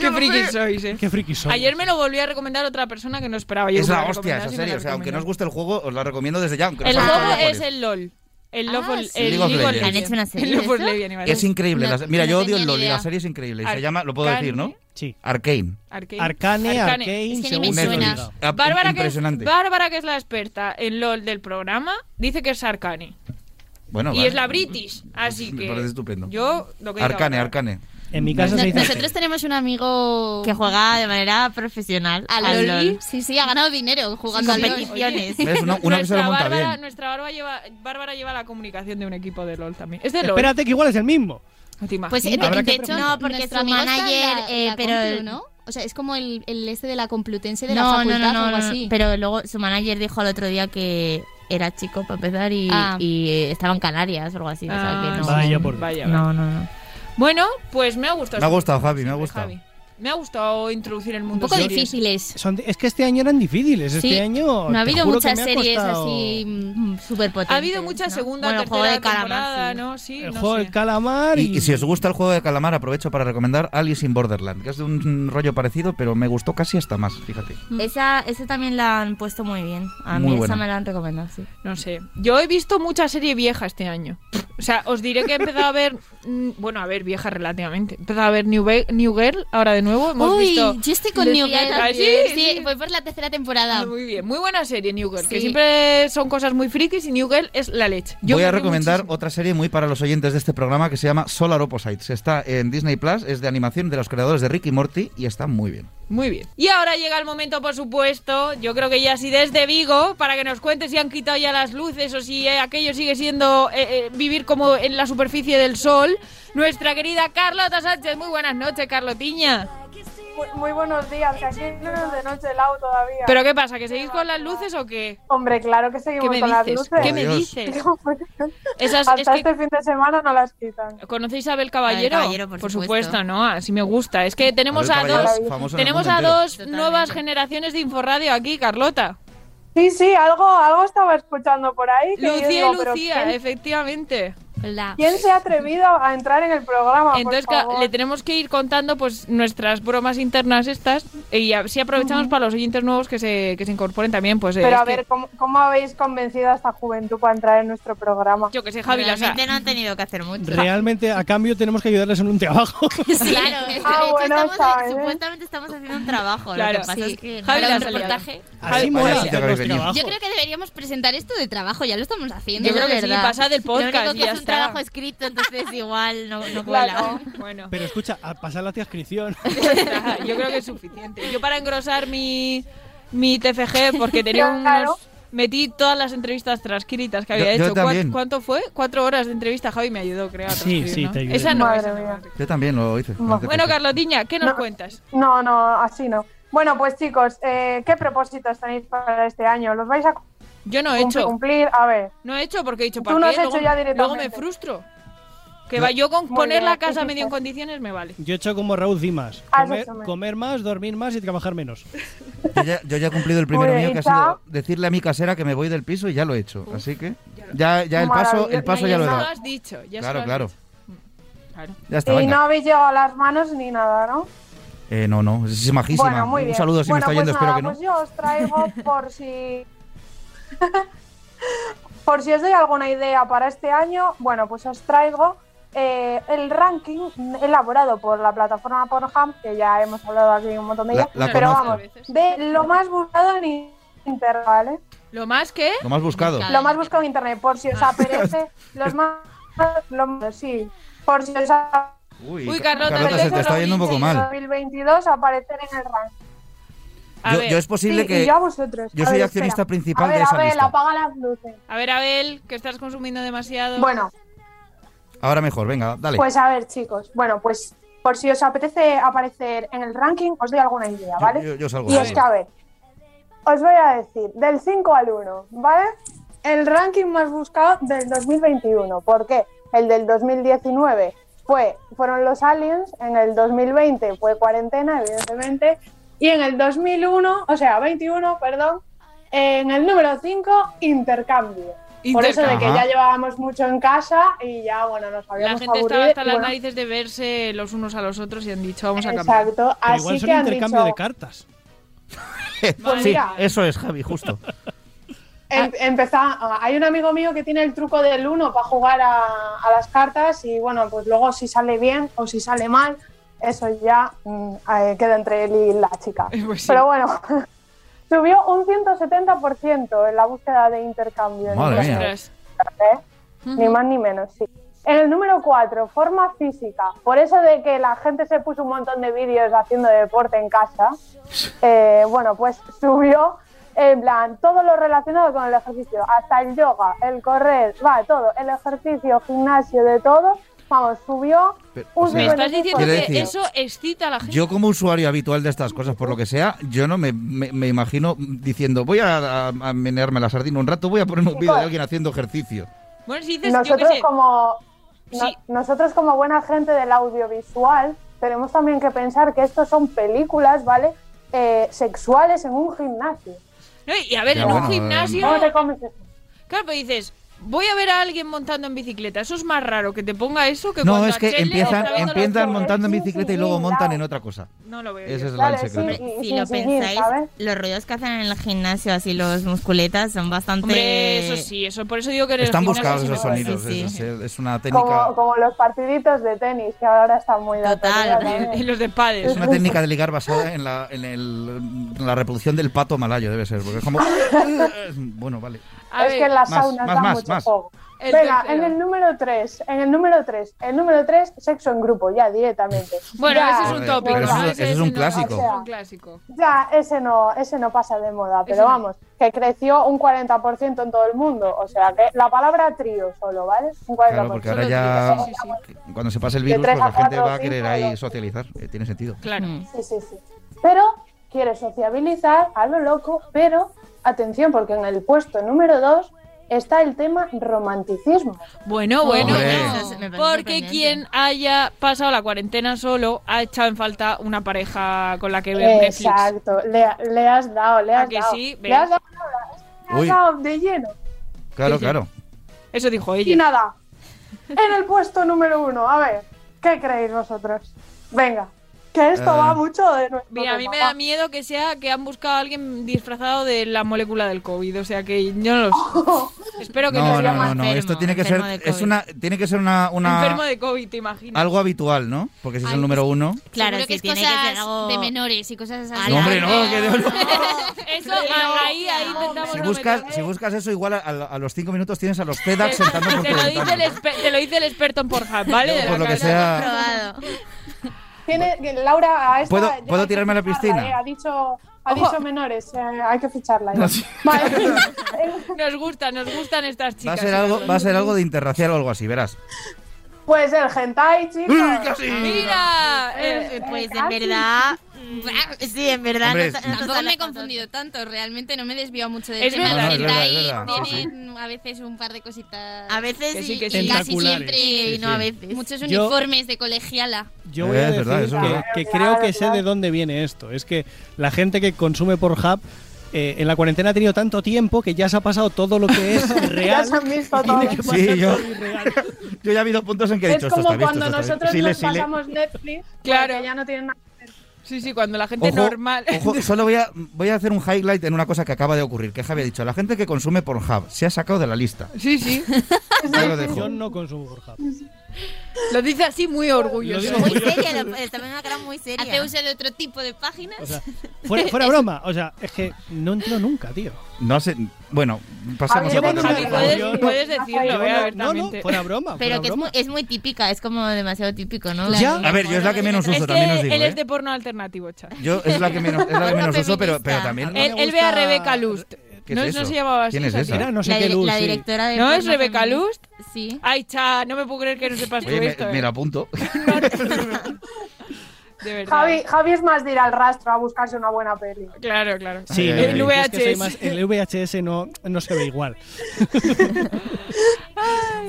Speaker 9: Qué friki sois, eh.
Speaker 1: Qué friki soy.
Speaker 9: Ayer me lo volvió a recomendar otra persona que no esperaba. Yo
Speaker 2: Es
Speaker 9: que me
Speaker 2: la
Speaker 9: la
Speaker 2: hostia esa
Speaker 9: recomendaras y me
Speaker 2: serie.
Speaker 9: la
Speaker 2: O sea, aunque no os
Speaker 9: recomendas.
Speaker 2: guste el juego, os la recomiendo desde ya. aunque no
Speaker 9: El
Speaker 2: sabéis
Speaker 9: juego
Speaker 2: cuál
Speaker 9: es el LOL. El Love for-
Speaker 2: sí. League of Legends.
Speaker 14: Ah, ¿Han hecho una serie
Speaker 9: El Love
Speaker 14: de
Speaker 9: for
Speaker 14: eso?
Speaker 9: Lesbian, iba a
Speaker 2: Es
Speaker 9: decir.
Speaker 2: increíble. la-
Speaker 14: No-
Speaker 2: mira,
Speaker 14: no
Speaker 2: yo odio
Speaker 14: tenía
Speaker 2: el
Speaker 14: ni
Speaker 2: LOL y la
Speaker 14: idea.
Speaker 2: serie es increíble. Y
Speaker 9: Arcane.
Speaker 2: se llama, lo puedo decir, ¿no?
Speaker 1: Sí.
Speaker 2: Arcane.
Speaker 9: Arcane.
Speaker 1: Arcane, Arcane,
Speaker 10: Es que ni
Speaker 1: según
Speaker 10: me
Speaker 1: el-
Speaker 10: suena.
Speaker 2: Netflix. Ah,
Speaker 9: Bárbara que, es,
Speaker 2: Impresionante.
Speaker 9: Bárbara, que es la experta en LOL del programa, dice que es Arcane.
Speaker 2: Bueno,
Speaker 9: y
Speaker 2: vale.
Speaker 9: es la British, así
Speaker 2: Me
Speaker 9: que...
Speaker 2: parece estupendo.
Speaker 9: Yo lo que diga
Speaker 2: Arcane,
Speaker 9: Bárbara.
Speaker 2: Arcane.
Speaker 1: En mi casa
Speaker 10: No-
Speaker 1: se dice
Speaker 10: nosotros tenemos un amigo
Speaker 14: Que juega de manera profesional al LOL.
Speaker 10: Sí, sí, ha ganado dinero
Speaker 14: Con
Speaker 10: jugando al LOL.
Speaker 14: competiciones.
Speaker 2: ¿Ves? Una, una que se
Speaker 9: Nuestra
Speaker 2: lo monta
Speaker 9: Bárbara,
Speaker 2: bien.
Speaker 9: nuestra Bárbara lleva, Bárbara lleva la comunicación de un equipo de LOL también. Es de LOL.
Speaker 1: Espérate que igual es el mismo.
Speaker 9: No te imaginas.
Speaker 10: Pues eh,
Speaker 1: Habrá
Speaker 10: de,
Speaker 1: que
Speaker 10: de hecho,
Speaker 1: preguntar.
Speaker 14: No, porque
Speaker 10: nuestro
Speaker 14: su
Speaker 10: amigo está en
Speaker 14: manager,
Speaker 10: la-
Speaker 14: eh,
Speaker 10: la
Speaker 14: pero-
Speaker 10: Complu, ¿no? O sea, es como el, el este de la Complutense de la
Speaker 14: No, no,
Speaker 10: facultad
Speaker 14: no,
Speaker 10: o
Speaker 14: no,
Speaker 10: algo
Speaker 14: no,
Speaker 10: así.
Speaker 14: Pero luego su manager dijo el otro día que era chico para empezar y,
Speaker 10: Ah.
Speaker 14: y, eh, estaba en Canarias o algo así. o sea, que
Speaker 9: Ah,
Speaker 14: no.
Speaker 9: sí.
Speaker 1: Vaya por-
Speaker 9: Vaya, vaya.
Speaker 14: No, no, no.
Speaker 9: Bueno, pues me ha gustado.
Speaker 2: Me ha
Speaker 9: este
Speaker 2: gustado,
Speaker 9: programa,
Speaker 2: Javi, me ha
Speaker 9: siempre,
Speaker 2: gustado.
Speaker 9: Javi. Me ha gustado introducir el mundo.
Speaker 10: Un poco
Speaker 9: series.
Speaker 10: difíciles.
Speaker 1: Son de- es que este año eran difíciles.
Speaker 10: Sí.
Speaker 1: Este año.
Speaker 10: No ha
Speaker 1: te
Speaker 10: habido
Speaker 1: juro que
Speaker 10: muchas
Speaker 1: me ha
Speaker 10: series
Speaker 1: costado-
Speaker 10: así mm,
Speaker 14: Súper potente.
Speaker 9: Ha habido mucha segunda,
Speaker 14: bueno,
Speaker 9: tercera
Speaker 14: juego de calamar,
Speaker 9: temporada,
Speaker 14: sí.
Speaker 9: ¿no? Sí,
Speaker 1: El
Speaker 9: no
Speaker 1: juego
Speaker 9: sé.
Speaker 1: del calamar y.
Speaker 2: Y, y si os gusta el juego de calamar, aprovecho para recomendar Alice in Borderland, que es de un rollo parecido, pero me gustó casi hasta más, fíjate.
Speaker 14: Esa, esa también la han puesto muy bien. A mí
Speaker 2: Muy
Speaker 14: esa
Speaker 2: buena.
Speaker 14: me la han recomendado, sí.
Speaker 9: No sé. Yo he visto mucha serie vieja este año. O sea, os diré que he empezado a ver. mm, Bueno, a ver, vieja relativamente. He empezado a ver New, Be- New Girl ahora de nuevo. Hemos
Speaker 10: Uy,
Speaker 9: visto.
Speaker 10: yo estoy con
Speaker 14: Lucía
Speaker 10: New Girl.
Speaker 9: también.
Speaker 10: Sí,
Speaker 9: Sí, sí.
Speaker 10: voy por la tercera
Speaker 9: Ah,
Speaker 10: temporada.
Speaker 9: muy bien, muy buena serie New Girl, que
Speaker 10: Sí.
Speaker 9: siempre son cosas muy frikis y New Girl es la leche. Yo
Speaker 2: Voy
Speaker 9: me
Speaker 2: a
Speaker 9: río
Speaker 2: recomendar
Speaker 9: muchísimo.
Speaker 2: otra serie muy para los oyentes de este programa que se llama Solar Opposites. Está en Disney Plus, es de animación de los creadores de Ricky Morty y está muy bien.
Speaker 9: Muy bien. Y ahora llega el momento, por supuesto, yo creo que ya sí desde Vigo, para que nos cuentes si han quitado ya las luces o si eh, aquello sigue siendo eh, eh, vivir como en la superficie del sol, nuestra querida Carlota Sánchez. Muy buenas noches, Carlotiña.
Speaker 20: Muy, muy buenos días, aquí no es de noche el agua todavía.
Speaker 9: ¿Pero qué pasa? ¿Que seguís con las luces o qué?
Speaker 20: Hombre, claro que
Speaker 9: ¿Qué
Speaker 20: seguimos
Speaker 9: me
Speaker 20: con las
Speaker 9: dices?
Speaker 20: luces.
Speaker 9: ¿Qué me
Speaker 2: Adiós.
Speaker 9: dices? Esas, es
Speaker 20: Hasta
Speaker 9: que-
Speaker 20: este fin de semana no las quitan.
Speaker 9: ¿Conocéis a Abel Caballero?
Speaker 14: Abel Caballero, por
Speaker 9: supuesto.
Speaker 14: supuesto,
Speaker 9: ¿no? Así me gusta. Es que tenemos a
Speaker 2: Abel Caballero
Speaker 9: dos,
Speaker 2: es famoso en el
Speaker 9: tenemos
Speaker 2: mundo
Speaker 9: a
Speaker 2: entero.
Speaker 9: dos
Speaker 14: Totalmente.
Speaker 9: nuevas generaciones de Inforradio aquí, Carlota.
Speaker 20: Sí, sí, algo, algo estaba escuchando por ahí. que yo
Speaker 9: Lucía
Speaker 20: digo,
Speaker 9: y
Speaker 20: pero
Speaker 9: Lucía,
Speaker 20: ¿quién,
Speaker 9: efectivamente.
Speaker 10: La-
Speaker 20: quién se ha atrevido a entrar en el programa? por
Speaker 9: Entonces ca-
Speaker 20: favor?
Speaker 9: le tenemos que ir contando pues nuestras bromas internas estas eh, y así aprovechamos para los oyentes nuevos que se, que se incorporen también. pues eh,
Speaker 20: Pero
Speaker 9: es
Speaker 20: a
Speaker 9: que-
Speaker 20: ver, ¿cómo, cómo habéis convencido a esta juventud para entrar en nuestro programa?
Speaker 9: yo que sé, Javi, o sea,
Speaker 14: Realmente no han tenido que hacer mucho.
Speaker 1: Realmente, a cambio, tenemos que ayudarles en un trabajo.
Speaker 14: Sí, claro, de hecho,
Speaker 20: Ah, bueno,
Speaker 14: estamos-
Speaker 20: ¿sabes?
Speaker 14: supuestamente estamos haciendo un trabajo.
Speaker 9: Claro,
Speaker 14: lo que pasa
Speaker 9: sí.
Speaker 14: es que no
Speaker 9: Javi
Speaker 14: era
Speaker 9: la
Speaker 14: un
Speaker 9: ha liado.
Speaker 14: reportaje.
Speaker 2: Vaya
Speaker 1: Así mola
Speaker 2: sitio que
Speaker 1: hacer
Speaker 2: habéis
Speaker 1: los
Speaker 2: venido.
Speaker 1: trabajos.
Speaker 10: Yo creo que deberíamos presentar esto de trabajo, ya lo estamos haciendo.
Speaker 9: Yo creo que sí,
Speaker 14: Verdad.
Speaker 9: pasa del podcast
Speaker 14: Lo único que
Speaker 9: y ya
Speaker 14: es un
Speaker 9: está.
Speaker 14: trabajo escrito, entonces igual no, no
Speaker 20: Claro.
Speaker 14: cuela.
Speaker 9: bueno,
Speaker 1: Pero escucha, a pasar la transcripción.
Speaker 9: yo creo que es suficiente. Yo para engrosar mi, mi TFG, porque tenía unos...
Speaker 20: Claro.
Speaker 9: Metí todas las entrevistas transcritas que había
Speaker 2: Yo- yo
Speaker 9: hecho. ¿Cuán-
Speaker 2: también.
Speaker 9: ¿Cuánto fue? Cuatro horas de entrevista. Javi me ayudó, creo. a
Speaker 1: Sí,
Speaker 9: transcribir,
Speaker 1: sí,
Speaker 9: ¿no?
Speaker 1: te ayudé.
Speaker 9: Esa no,
Speaker 20: Madre
Speaker 9: esa no.
Speaker 20: mía.
Speaker 2: Yo también lo hice.
Speaker 20: Bueno,
Speaker 9: Bueno, Carlotiña, ¿qué nos
Speaker 20: No.
Speaker 9: cuentas?
Speaker 20: No, no, así no. Bueno, pues chicos, eh, ¿qué propósitos tenéis para este año? ¿Los vais a
Speaker 9: Yo no he
Speaker 20: cumplir?
Speaker 9: hecho.
Speaker 20: cumplir? A ver.
Speaker 9: No he hecho porque he dicho
Speaker 20: Tú
Speaker 9: para
Speaker 20: no
Speaker 9: qué,
Speaker 20: has
Speaker 9: luego,
Speaker 20: hecho ya
Speaker 9: luego
Speaker 20: directamente.
Speaker 9: me frustro. Que va yo con
Speaker 20: Muy
Speaker 9: poner
Speaker 20: bien, pues
Speaker 9: la casa
Speaker 20: sí,
Speaker 9: medio
Speaker 20: sí.
Speaker 9: en condiciones me vale.
Speaker 1: Yo he hecho como Raúl Dimas.
Speaker 20: Ah,
Speaker 1: Comer,
Speaker 20: exactamente.
Speaker 1: comer más, dormir más y trabajar menos.
Speaker 2: Yo ya, yo ya he cumplido el primero
Speaker 20: Muy bien,
Speaker 2: mío, que ha
Speaker 20: ¿y chao?
Speaker 2: sido decirle a mi casera que me voy del piso y ya lo he hecho. Así que ya, ya el paso, el paso
Speaker 9: Ahí
Speaker 2: ya lo he
Speaker 9: se
Speaker 2: dado.
Speaker 9: has dicho, ya se lo
Speaker 2: Claro,
Speaker 9: has
Speaker 2: claro.
Speaker 9: dicho. Claro.
Speaker 2: Ya está,
Speaker 20: Y no
Speaker 2: venga.
Speaker 20: habéis llegado a las manos ni nada, ¿no?
Speaker 2: Eh, no, no, es majísima.
Speaker 20: Bueno, muy bien.
Speaker 2: Un saludo si
Speaker 20: bueno,
Speaker 2: me está yendo,
Speaker 20: pues
Speaker 2: espero
Speaker 20: nada,
Speaker 2: que no.
Speaker 20: Pues yo os traigo por si. por si os doy alguna idea para este año, bueno, pues os traigo eh, el ranking elaborado por la plataforma Pornhub, que ya hemos hablado aquí un montón de
Speaker 2: La-
Speaker 20: ellas,
Speaker 2: la
Speaker 20: pero
Speaker 2: conozco.
Speaker 20: vamos, de lo más buscado en Internet, ¿vale?
Speaker 9: ¿Lo más qué?
Speaker 2: Lo más buscado.
Speaker 20: Lo más buscado en Internet, por si os aparece, los más, lo más- sí, por si os aparece
Speaker 2: Uy,
Speaker 9: Uy,
Speaker 2: Carlota,
Speaker 9: Carlota,
Speaker 2: se te está yendo un poco mal.
Speaker 20: 2022 aparecer en el ranking.
Speaker 2: Yo, yo es posible
Speaker 20: Sí,
Speaker 2: que.
Speaker 20: y yo a vosotros.
Speaker 2: yo
Speaker 20: A
Speaker 2: soy
Speaker 20: ver,
Speaker 2: accionista
Speaker 20: espera.
Speaker 2: principal
Speaker 20: A ver,
Speaker 2: de esa
Speaker 20: Abel,
Speaker 2: lista.
Speaker 20: apaga las luces.
Speaker 9: A ver, Abel, que estás consumiendo demasiado.
Speaker 20: Bueno,
Speaker 2: Ahora mejor, venga, dale.
Speaker 20: Pues a ver, chicos. Bueno, pues por si os apetece aparecer en el ranking, os doy alguna idea,
Speaker 2: Yo-
Speaker 20: ¿vale?
Speaker 2: yo- yo salgo
Speaker 20: y
Speaker 2: de
Speaker 20: es
Speaker 2: ahí.
Speaker 20: que, a ver, os voy a decir del 5 al 1, ¿vale? El ranking más buscado del 2021. ¿Por qué? El del 2019 fue, fueron los aliens, en el 2020 fue cuarentena, evidentemente, y en el 2001, o sea, 21, perdón, en el número 5, intercambio. Por eso de que
Speaker 9: Intercambio.
Speaker 20: ya llevábamos mucho en casa y ya, bueno, nos
Speaker 9: la
Speaker 20: habíamos
Speaker 9: gente
Speaker 20: aburrido.
Speaker 9: estaba hasta
Speaker 20: y
Speaker 9: las
Speaker 20: bueno,
Speaker 9: narices de verse los unos a los otros y han dicho, vamos a cambiar.
Speaker 20: Exacto,
Speaker 1: Pero igual
Speaker 20: así
Speaker 1: es
Speaker 20: que
Speaker 1: un
Speaker 20: han
Speaker 1: intercambio
Speaker 20: dicho,
Speaker 1: de cartas.
Speaker 20: Pues
Speaker 2: sí,
Speaker 20: mira.
Speaker 2: eso es, Javi, justo.
Speaker 20: em- empezá- ah, hay un amigo mío que tiene el truco del uno para jugar a, a las cartas y bueno, pues luego si sale bien o si sale mal, eso ya mm, eh, queda entre él y la chica.
Speaker 9: Pues
Speaker 20: Pero bueno, subió un 170% en la búsqueda de intercambio. en
Speaker 2: Madre
Speaker 20: internet.
Speaker 2: mía.
Speaker 20: ¿eh? Ni más ni menos, sí. En el número 4, forma física. Por eso de que la gente se puso un montón de vídeos haciendo deporte en casa, eh, bueno, pues subió en plan todo lo relacionado con el ejercicio, hasta el yoga, el correr, va, todo, el ejercicio, gimnasio, de todo. Vamos, subió
Speaker 2: Pero,
Speaker 20: un
Speaker 2: o sea,
Speaker 9: Me estás
Speaker 20: 55%.
Speaker 9: diciendo
Speaker 2: Quiero
Speaker 9: que
Speaker 2: decir-
Speaker 9: eso excita a la gente.
Speaker 2: Yo como usuario habitual de estas cosas, por lo que sea, yo no me, me- me imagino diciendo, voy a, a- a menearme la sardina un rato, voy a poner un
Speaker 20: pues.
Speaker 2: vídeo de alguien haciendo ejercicio.
Speaker 9: Bueno, si dices, yo qué
Speaker 20: nosotros
Speaker 9: sé.
Speaker 20: como no-
Speaker 9: Sí.
Speaker 20: nosotros como buena gente del audiovisual tenemos también que pensar que estos son películas vale Eh, sexuales en un gimnasio
Speaker 9: No, y a ver,
Speaker 2: Ya,
Speaker 9: en
Speaker 2: bueno,
Speaker 9: un gimnasio.
Speaker 20: ¿Cómo te comes eso?
Speaker 9: Claro, pero dices, voy a ver a alguien montando en bicicleta. Eso es más raro que te ponga eso que
Speaker 2: No,
Speaker 9: cuando
Speaker 2: es
Speaker 9: a
Speaker 2: que
Speaker 9: Chele
Speaker 2: empiezan,
Speaker 9: está viendo los
Speaker 2: empiezan
Speaker 9: juegos.
Speaker 2: montando en bicicleta y luego
Speaker 20: sí,
Speaker 2: montan
Speaker 20: claro.
Speaker 2: en otra cosa.
Speaker 9: No lo veo.
Speaker 2: Ese es
Speaker 20: Claro,
Speaker 2: el
Speaker 20: sí,
Speaker 2: secreto.
Speaker 20: y- y
Speaker 14: Si
Speaker 20: sin
Speaker 14: lo
Speaker 20: seguir,
Speaker 14: pensáis,
Speaker 20: ¿sabes?
Speaker 14: los rollos que hacen en el gimnasio, así los musculetas, son bastante.
Speaker 9: Hombre, eso sí, eso por eso digo que en el
Speaker 2: Están
Speaker 9: gimnasio
Speaker 2: buscados
Speaker 9: sí
Speaker 2: esos
Speaker 9: lo veo.
Speaker 2: sonidos,
Speaker 14: sí, sí.
Speaker 2: es- es, es una técnica...
Speaker 20: como, como los partiditos de tenis que ahora están muy de actualidad
Speaker 14: Total.
Speaker 9: Y
Speaker 20: también.
Speaker 9: los de padres.
Speaker 2: Es una técnica de ligar basada en la, en el- en la reproducción del pato malayo, debe ser. Porque es como. Bueno, vale.
Speaker 9: A
Speaker 20: es
Speaker 9: ver,
Speaker 20: que en las
Speaker 2: más,
Speaker 20: saunas
Speaker 2: más,
Speaker 20: dan
Speaker 2: más,
Speaker 20: mucho
Speaker 2: más.
Speaker 20: juego
Speaker 9: El
Speaker 20: Venga,
Speaker 9: tercero.
Speaker 20: en el número 3, en el número 3, el número 3, sexo en grupo, ya directamente.
Speaker 9: Bueno,
Speaker 20: Ya,
Speaker 9: Ah. ese es un
Speaker 2: Pero
Speaker 9: tópico. Ah,
Speaker 2: eso-
Speaker 9: ¿no?
Speaker 2: eso es un
Speaker 9: no-
Speaker 2: clásico.
Speaker 9: o sea, un clásico.
Speaker 20: Ya, ese no, ese no pasa de moda, pero
Speaker 9: Ese no.
Speaker 20: vamos, que creció un 40% en todo el mundo. O sea, que la palabra trío solo, ¿vale? Un 40%.
Speaker 2: Claro, porque ahora
Speaker 9: Solo
Speaker 2: ya.
Speaker 9: sí, sí,
Speaker 2: Cuando se pase el virus,
Speaker 20: tres
Speaker 2: pues
Speaker 20: a
Speaker 2: la gente
Speaker 20: cuatro,
Speaker 2: va a querer
Speaker 20: cinco,
Speaker 2: ahí
Speaker 20: dos.
Speaker 2: socializar. Eh, tiene sentido.
Speaker 9: Claro.
Speaker 20: Sí, sí, sí. Pero quiere sociabilizar a lo loco, pero atención, porque en el puesto número 2 está el tema romanticismo.
Speaker 9: Bueno, bueno,
Speaker 2: Hombre.
Speaker 9: bueno.
Speaker 14: Eso se me parece
Speaker 9: Porque
Speaker 14: sorprendente.
Speaker 9: quien haya pasado la cuarentena solo ha echado en falta una pareja con la que ver Netflix.
Speaker 20: Exacto, le, le has dado, le
Speaker 9: ¿A
Speaker 20: has
Speaker 9: que
Speaker 20: dado.
Speaker 9: sí?
Speaker 20: le has
Speaker 9: ¿Ves?
Speaker 20: dado, ahora, le has
Speaker 2: Uy.
Speaker 20: dado de lleno.
Speaker 2: Claro,
Speaker 9: Sí, sí.
Speaker 2: claro.
Speaker 9: Eso dijo
Speaker 20: Y
Speaker 9: ella.
Speaker 20: nada, en el puesto número uno, a ver, ¿qué creéis vosotros? Venga, que esto
Speaker 2: Eh.
Speaker 20: va mucho de nuestro
Speaker 9: Mira, a mí
Speaker 20: tema,
Speaker 9: me
Speaker 20: va.
Speaker 9: da miedo que sea que han buscado a alguien disfrazado de la molécula del COVID. O sea que yo no lo sé. Espero que
Speaker 2: No,
Speaker 9: no,
Speaker 2: no,
Speaker 9: sea
Speaker 2: no,
Speaker 9: más
Speaker 2: no.
Speaker 14: enfermo,
Speaker 2: Esto tiene que ser.
Speaker 14: enfermo de
Speaker 2: Es
Speaker 14: COVID.
Speaker 2: una, tiene que ser una.
Speaker 9: enfermo
Speaker 2: una
Speaker 9: de COVID, te imaginas.
Speaker 2: algo habitual, ¿no? Porque si es el
Speaker 14: Ay,
Speaker 2: número uno.
Speaker 14: Claro,
Speaker 10: Seguro
Speaker 14: sí,
Speaker 10: que es
Speaker 14: tiene
Speaker 10: cosas
Speaker 14: que ser algo.
Speaker 10: de menores y cosas así.
Speaker 2: No, hombre, no, que de- no.
Speaker 9: Eso, ahí, ahí intentamos
Speaker 2: Si
Speaker 9: no
Speaker 2: buscas,
Speaker 9: meter-
Speaker 2: si buscas eso, igual a, a- a los cinco minutos tienes a los TEDx
Speaker 9: Te-
Speaker 2: sentando por
Speaker 9: te,
Speaker 2: tu
Speaker 9: lo dice el
Speaker 2: ventana.
Speaker 9: exper- te lo dice el experto en Pornhub, ¿vale? De la
Speaker 2: Por lo que
Speaker 9: cadena.
Speaker 2: sea.
Speaker 14: Probado.
Speaker 20: Tiene- que Laura a esta
Speaker 2: ¿Puedo-
Speaker 20: ya hay
Speaker 2: puedo
Speaker 20: que
Speaker 2: tirarme a la
Speaker 20: ficharla,
Speaker 2: piscina?
Speaker 20: eh, Ha dicho, ha
Speaker 9: Ojo.
Speaker 20: dicho menores, eh, hay que ficharla. ya.
Speaker 2: No, sí.
Speaker 20: Vale.
Speaker 9: Nos gusta, nos gustan estas
Speaker 2: Va a
Speaker 9: chicas. eh.
Speaker 2: ser algo, va a ser algo de interracial o algo así, verás.
Speaker 20: pues el hentai, chicos. Ah.
Speaker 2: ¡Uy, casi!
Speaker 9: Mira, eh,
Speaker 14: Pues en
Speaker 20: Casi.
Speaker 14: verdad. Sí, en verdad.
Speaker 2: Hombre,
Speaker 14: no ta- no
Speaker 10: Tampoco
Speaker 14: todas
Speaker 10: me he
Speaker 14: las
Speaker 10: confundido tanto, realmente no me he desviado mucho del
Speaker 9: Es
Speaker 10: tema.
Speaker 9: verdad, No, no,
Speaker 2: es
Speaker 10: El
Speaker 2: verdad,
Speaker 10: Dai
Speaker 2: es verdad, sí,
Speaker 10: tienen a veces un par de cositas.
Speaker 14: A veces
Speaker 9: Que sí,
Speaker 14: sí,
Speaker 9: que
Speaker 14: y
Speaker 10: casi
Speaker 9: sí.
Speaker 1: Tentaculares.
Speaker 10: siempre.
Speaker 14: sí, y no a veces.
Speaker 10: Muchos
Speaker 1: Yo-
Speaker 10: uniformes de colegiala.
Speaker 1: Yo voy a
Speaker 2: Eh, Es
Speaker 1: decir
Speaker 2: verdad, eso es
Speaker 1: que,
Speaker 2: verdad.
Speaker 1: que
Speaker 20: Claro,
Speaker 1: creo que sé
Speaker 20: claro.
Speaker 1: de dónde viene esto. Es que la gente que consume por Hub en la cuarentena ha tenido tanto tiempo que ya se ha pasado todo lo que es
Speaker 20: Ya
Speaker 1: real.
Speaker 20: se han visto todo.
Speaker 1: Tiene que pasar
Speaker 2: Sí, yo-
Speaker 1: todo irreal.
Speaker 2: Yo ya he habido puntos en que he dicho
Speaker 20: es
Speaker 2: esto
Speaker 20: como
Speaker 2: está visto,
Speaker 20: cuando
Speaker 2: esto está
Speaker 20: nosotros
Speaker 2: visto".
Speaker 20: nos
Speaker 2: Sí, le- sí, le-
Speaker 20: pasamos Netflix,
Speaker 9: Claro.
Speaker 20: claro, ya no tienen nada.
Speaker 9: sí, sí, cuando la gente
Speaker 2: Ojo,
Speaker 9: normal.
Speaker 2: ojo, solo voy a, voy a hacer un highlight en una cosa que acaba de ocurrir, que Javi ha dicho, la gente que consume Pornhub se ha sacado de la lista.
Speaker 9: Sí, sí.
Speaker 2: Ahí lo dejo.
Speaker 1: Yo no consumo por Hub.
Speaker 9: Lo dice así muy orgulloso.
Speaker 14: Muy seria, la, eh, también una cara muy seria.
Speaker 10: Hace uso de otro tipo de páginas.
Speaker 1: O sea, Fuera, fuera broma, o sea, es que no entro nunca, tío.
Speaker 2: No sé. Bueno, pasamos
Speaker 1: Había
Speaker 2: a
Speaker 1: de
Speaker 2: otra
Speaker 1: una-
Speaker 2: cosa.
Speaker 1: Puedes- Yo- puedes
Speaker 9: decirlo,
Speaker 1: yo no- no, no, fuera broma, fuera
Speaker 14: Pero que es
Speaker 1: broma.
Speaker 14: mu- es muy típica, es como demasiado típico, ¿no?
Speaker 2: Ya. A ver, yo es la que menos uso,
Speaker 9: Es
Speaker 2: también
Speaker 9: que
Speaker 2: os digo.
Speaker 9: él
Speaker 2: ¿eh?
Speaker 9: es de porno alternativo, Char.
Speaker 2: Yo es la que menos, es la que menos uso, pero,
Speaker 14: feminista.
Speaker 2: pero también.
Speaker 9: Él, él ve a Rebeca Lust.
Speaker 2: ¿Qué
Speaker 9: no,
Speaker 2: es
Speaker 9: no
Speaker 2: eso?
Speaker 9: se llamaba así.
Speaker 2: ¿Quién es
Speaker 9: esa
Speaker 2: esa?
Speaker 9: tía.
Speaker 2: Era no sé
Speaker 14: la,
Speaker 2: qué
Speaker 14: dire-
Speaker 2: luz,
Speaker 14: la
Speaker 2: sí.
Speaker 14: directora de.
Speaker 9: ¿No es
Speaker 14: porno
Speaker 9: Rebeca
Speaker 14: feminista.
Speaker 9: Lust?
Speaker 14: Sí.
Speaker 9: Ay, Cha, no me puedo creer que no sepas tú
Speaker 2: Oye, me-
Speaker 9: esto.
Speaker 2: me,
Speaker 9: eh.
Speaker 2: lo apunto.
Speaker 9: De verdad.
Speaker 20: Javi, Javi es más de ir al rastro a buscarse una buena peli.
Speaker 9: Claro, claro.
Speaker 1: Sí,
Speaker 2: Ay,
Speaker 1: lo
Speaker 2: ay,
Speaker 1: que
Speaker 2: ay.
Speaker 1: es que soy
Speaker 9: VHS.
Speaker 1: más- el VHS no, no se ve igual.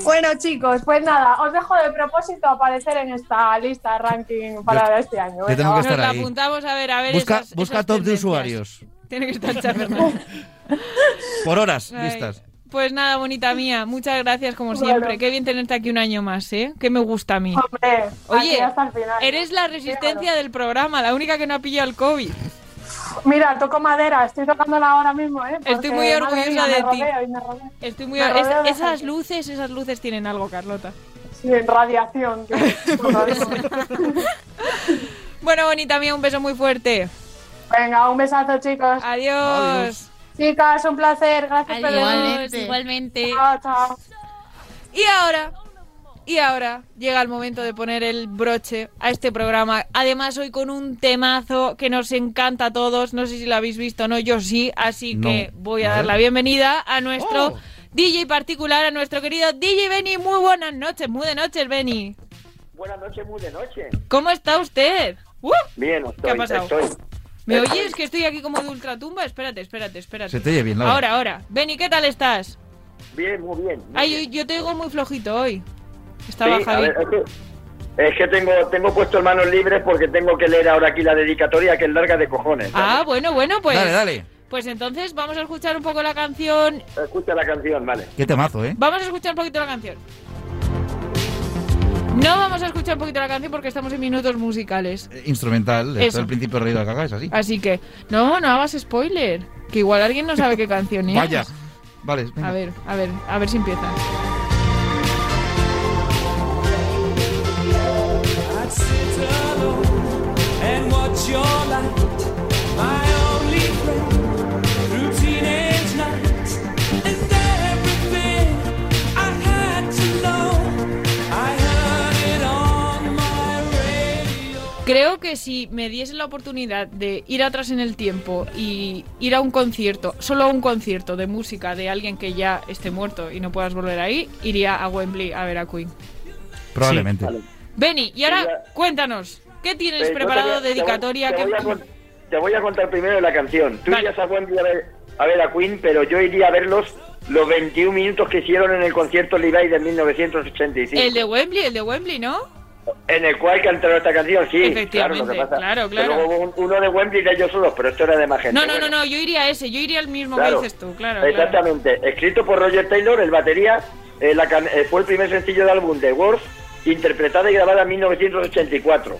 Speaker 20: Bueno, chicos, pues nada, os dejo de propósito aparecer en esta lista de ranking para
Speaker 2: Yo-
Speaker 20: este año.
Speaker 2: yo
Speaker 20: Venga,
Speaker 2: tengo que
Speaker 20: va.
Speaker 9: Nos
Speaker 2: estar
Speaker 9: la
Speaker 2: ahí.
Speaker 9: apuntamos a ver, a ver.
Speaker 2: Busca,
Speaker 9: esas-
Speaker 2: busca
Speaker 9: esas
Speaker 2: top de
Speaker 9: tendencias.
Speaker 2: usuarios.
Speaker 9: Tiene que estar Char Fernández.
Speaker 2: Por horas
Speaker 9: Ay.
Speaker 2: listas.
Speaker 9: Pues nada, bonita mía, muchas gracias como
Speaker 20: Bueno.
Speaker 9: siempre. Qué bien tenerte aquí un año más, ¿eh? Que me gusta a mí.
Speaker 20: Hombre,
Speaker 9: Oye,
Speaker 20: Eh, aquí hasta el final.
Speaker 9: Eres la resistencia del programa, la única que no ha pillado el COVID.
Speaker 20: Mira, toco madera, estoy tocándola ahora mismo, ¿eh?
Speaker 9: Estoy
Speaker 20: porque,
Speaker 9: muy
Speaker 20: madre
Speaker 9: orgullosa
Speaker 20: mía, me
Speaker 9: de ti.
Speaker 20: rodeo y me rodeo.
Speaker 9: Estoy muy...
Speaker 20: Me
Speaker 9: es-
Speaker 20: rodeo de
Speaker 9: esas
Speaker 20: gente.
Speaker 9: luces, esas luces tienen algo, Carlota.
Speaker 20: Sí, en radiación. que-
Speaker 9: Bueno, bonita mía, un beso muy fuerte.
Speaker 20: Venga, un besazo, chicos.
Speaker 9: Adiós.
Speaker 20: Chicas, un placer. Gracias por
Speaker 10: Adiós,
Speaker 20: venir.
Speaker 10: igualmente.
Speaker 20: Chao, chao.
Speaker 9: Y ahora, y ahora llega el momento de poner el broche a este programa. Además, hoy con un temazo que nos encanta a todos. No sé si lo habéis visto o no, yo sí. Así
Speaker 2: No.
Speaker 9: que voy a
Speaker 2: A
Speaker 9: dar
Speaker 2: ver.
Speaker 9: la bienvenida a nuestro
Speaker 2: Oh.
Speaker 9: DJ particular, a nuestro querido DJ Benny. Muy buenas noches, muy de noches, Benny.
Speaker 18: Buenas noches, muy de noche.
Speaker 9: ¿Cómo está usted? ¡Uh!
Speaker 18: Bien,
Speaker 9: ¿Qué ha pasado? ¿Me oyes? Que estoy aquí como de ultratumba. Espérate, espérate, espérate.
Speaker 2: Se te oye bien, Laura.
Speaker 9: Ahora, ahora. Benny, ¿qué tal estás?
Speaker 18: Bien, muy bien. muy
Speaker 9: Ay,
Speaker 18: bien.
Speaker 9: yo- yo te oigo muy flojito hoy. Está
Speaker 18: Sí,
Speaker 9: baja
Speaker 18: a
Speaker 9: bien.
Speaker 18: ver, es que, es que tengo, tengo puesto manos libres porque tengo que leer ahora aquí la dedicatoria que es larga de cojones.
Speaker 9: Ah, bueno, bueno, pues.
Speaker 2: Dale, dale.
Speaker 9: Pues entonces vamos a escuchar un poco la canción.
Speaker 18: Escucha la canción, vale.
Speaker 2: Qué temazo, ¿eh?
Speaker 9: Vamos a escuchar un poquito la canción. No vamos a escuchar un poquito la canción porque estamos en minutos musicales.
Speaker 2: Eh, Instrumental.
Speaker 9: Eso.
Speaker 2: Esto al principio reído al caca, es así.
Speaker 9: Así que, no, no hagas spoiler. Que igual alguien no sabe qué canción es.
Speaker 2: Vaya. Vale, venga.
Speaker 9: A ver, a ver, a ver si empieza.
Speaker 19: and watch your light. My only friend through teenage nights. And everything I had to know, I heard it on my radio.
Speaker 9: Creo que si me diese la oportunidad de ir atrás en el tiempo y ir a un concierto, solo a un concierto de música de alguien que ya esté muerto y no puedas volver ahí, iría a Wembley a ver a Queen.
Speaker 2: Probablemente.
Speaker 9: Benny, y ahora cuéntanos, ¿qué tienes
Speaker 18: Eh, yo
Speaker 9: preparado
Speaker 18: te voy a-
Speaker 9: dedicatoria?
Speaker 18: Te voy,
Speaker 9: ¿Qué-
Speaker 18: a, con- te voy a contar primero la canción. Tú
Speaker 9: Vale.
Speaker 18: irías a Wembley a ver, a ver a Queen, pero yo iría a verlos los 21 minutos que hicieron en el concierto Levi de 1985.
Speaker 9: El de Wembley, el de Wembley, ¿no?
Speaker 18: En el cual cantaron esta canción, sí.
Speaker 9: Efectivamente,
Speaker 18: claro, lo que pasa.
Speaker 9: claro,
Speaker 18: que
Speaker 9: claro.
Speaker 18: luego hubo un- uno de Wembley de ellos solos, pero esto era de más gente.
Speaker 9: No, no,
Speaker 18: Bueno,
Speaker 9: no, no, yo iría a ese, yo iría al mismo
Speaker 18: Claro.
Speaker 9: que dices tú, claro. claro.
Speaker 18: Exactamente. Escrito por Roger Taylor, el batería, eh, la can- eh, fue el primer sencillo del álbum The Worth, interpretada y grabada en 1984.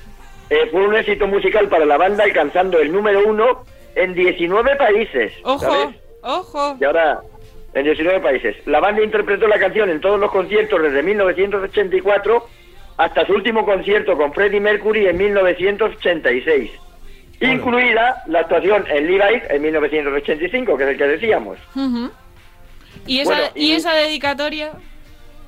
Speaker 18: Eh, fue un éxito musical para la banda, alcanzando el número uno en 19 países. ¿sabes?
Speaker 9: Ojo, ojo.
Speaker 18: Y ahora, en 19 países. La banda interpretó la canción en todos los conciertos desde 1984 hasta su último concierto con Freddie Mercury en 1986. Incluida la actuación en Levi en 1985, que es el que decíamos.
Speaker 9: Ujú. ¿Y, esa,
Speaker 18: Bueno,
Speaker 9: y...
Speaker 18: y-
Speaker 9: esa dedicatoria?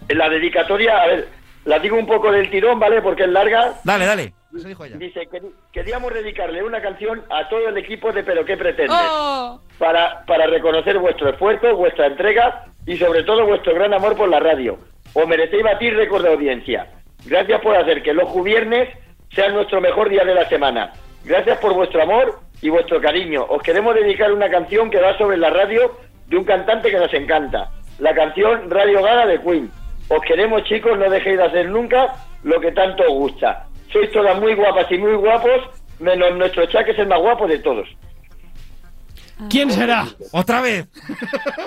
Speaker 18: La dedicatoria, a ver, la digo un poco del tirón, ¿vale? Porque es larga.
Speaker 2: Dale, dale. Eso dijo ella.
Speaker 18: Dice, "Queri- queríamos dedicarle una canción a todo el equipo de Pero qué pretendes.
Speaker 9: ¡Oh!
Speaker 18: para, para reconocer vuestro esfuerzo, vuestra entrega y sobre todo vuestro gran amor por la radio. Os merecéis batir récord de audiencia. Gracias por hacer que los viernes sea nuestro mejor día de la semana. Gracias por vuestro amor y vuestro cariño. Os queremos dedicar una canción que va sobre la radio de un cantante que nos encanta. La canción Radio Gaga de Queen. Os queremos chicos, no dejéis de hacer nunca lo que tanto os gusta. Sois todas muy guapas y muy guapos, menos nuestro chat que es el más guapo de todos.
Speaker 1: ¿Quién será?
Speaker 2: Otra vez.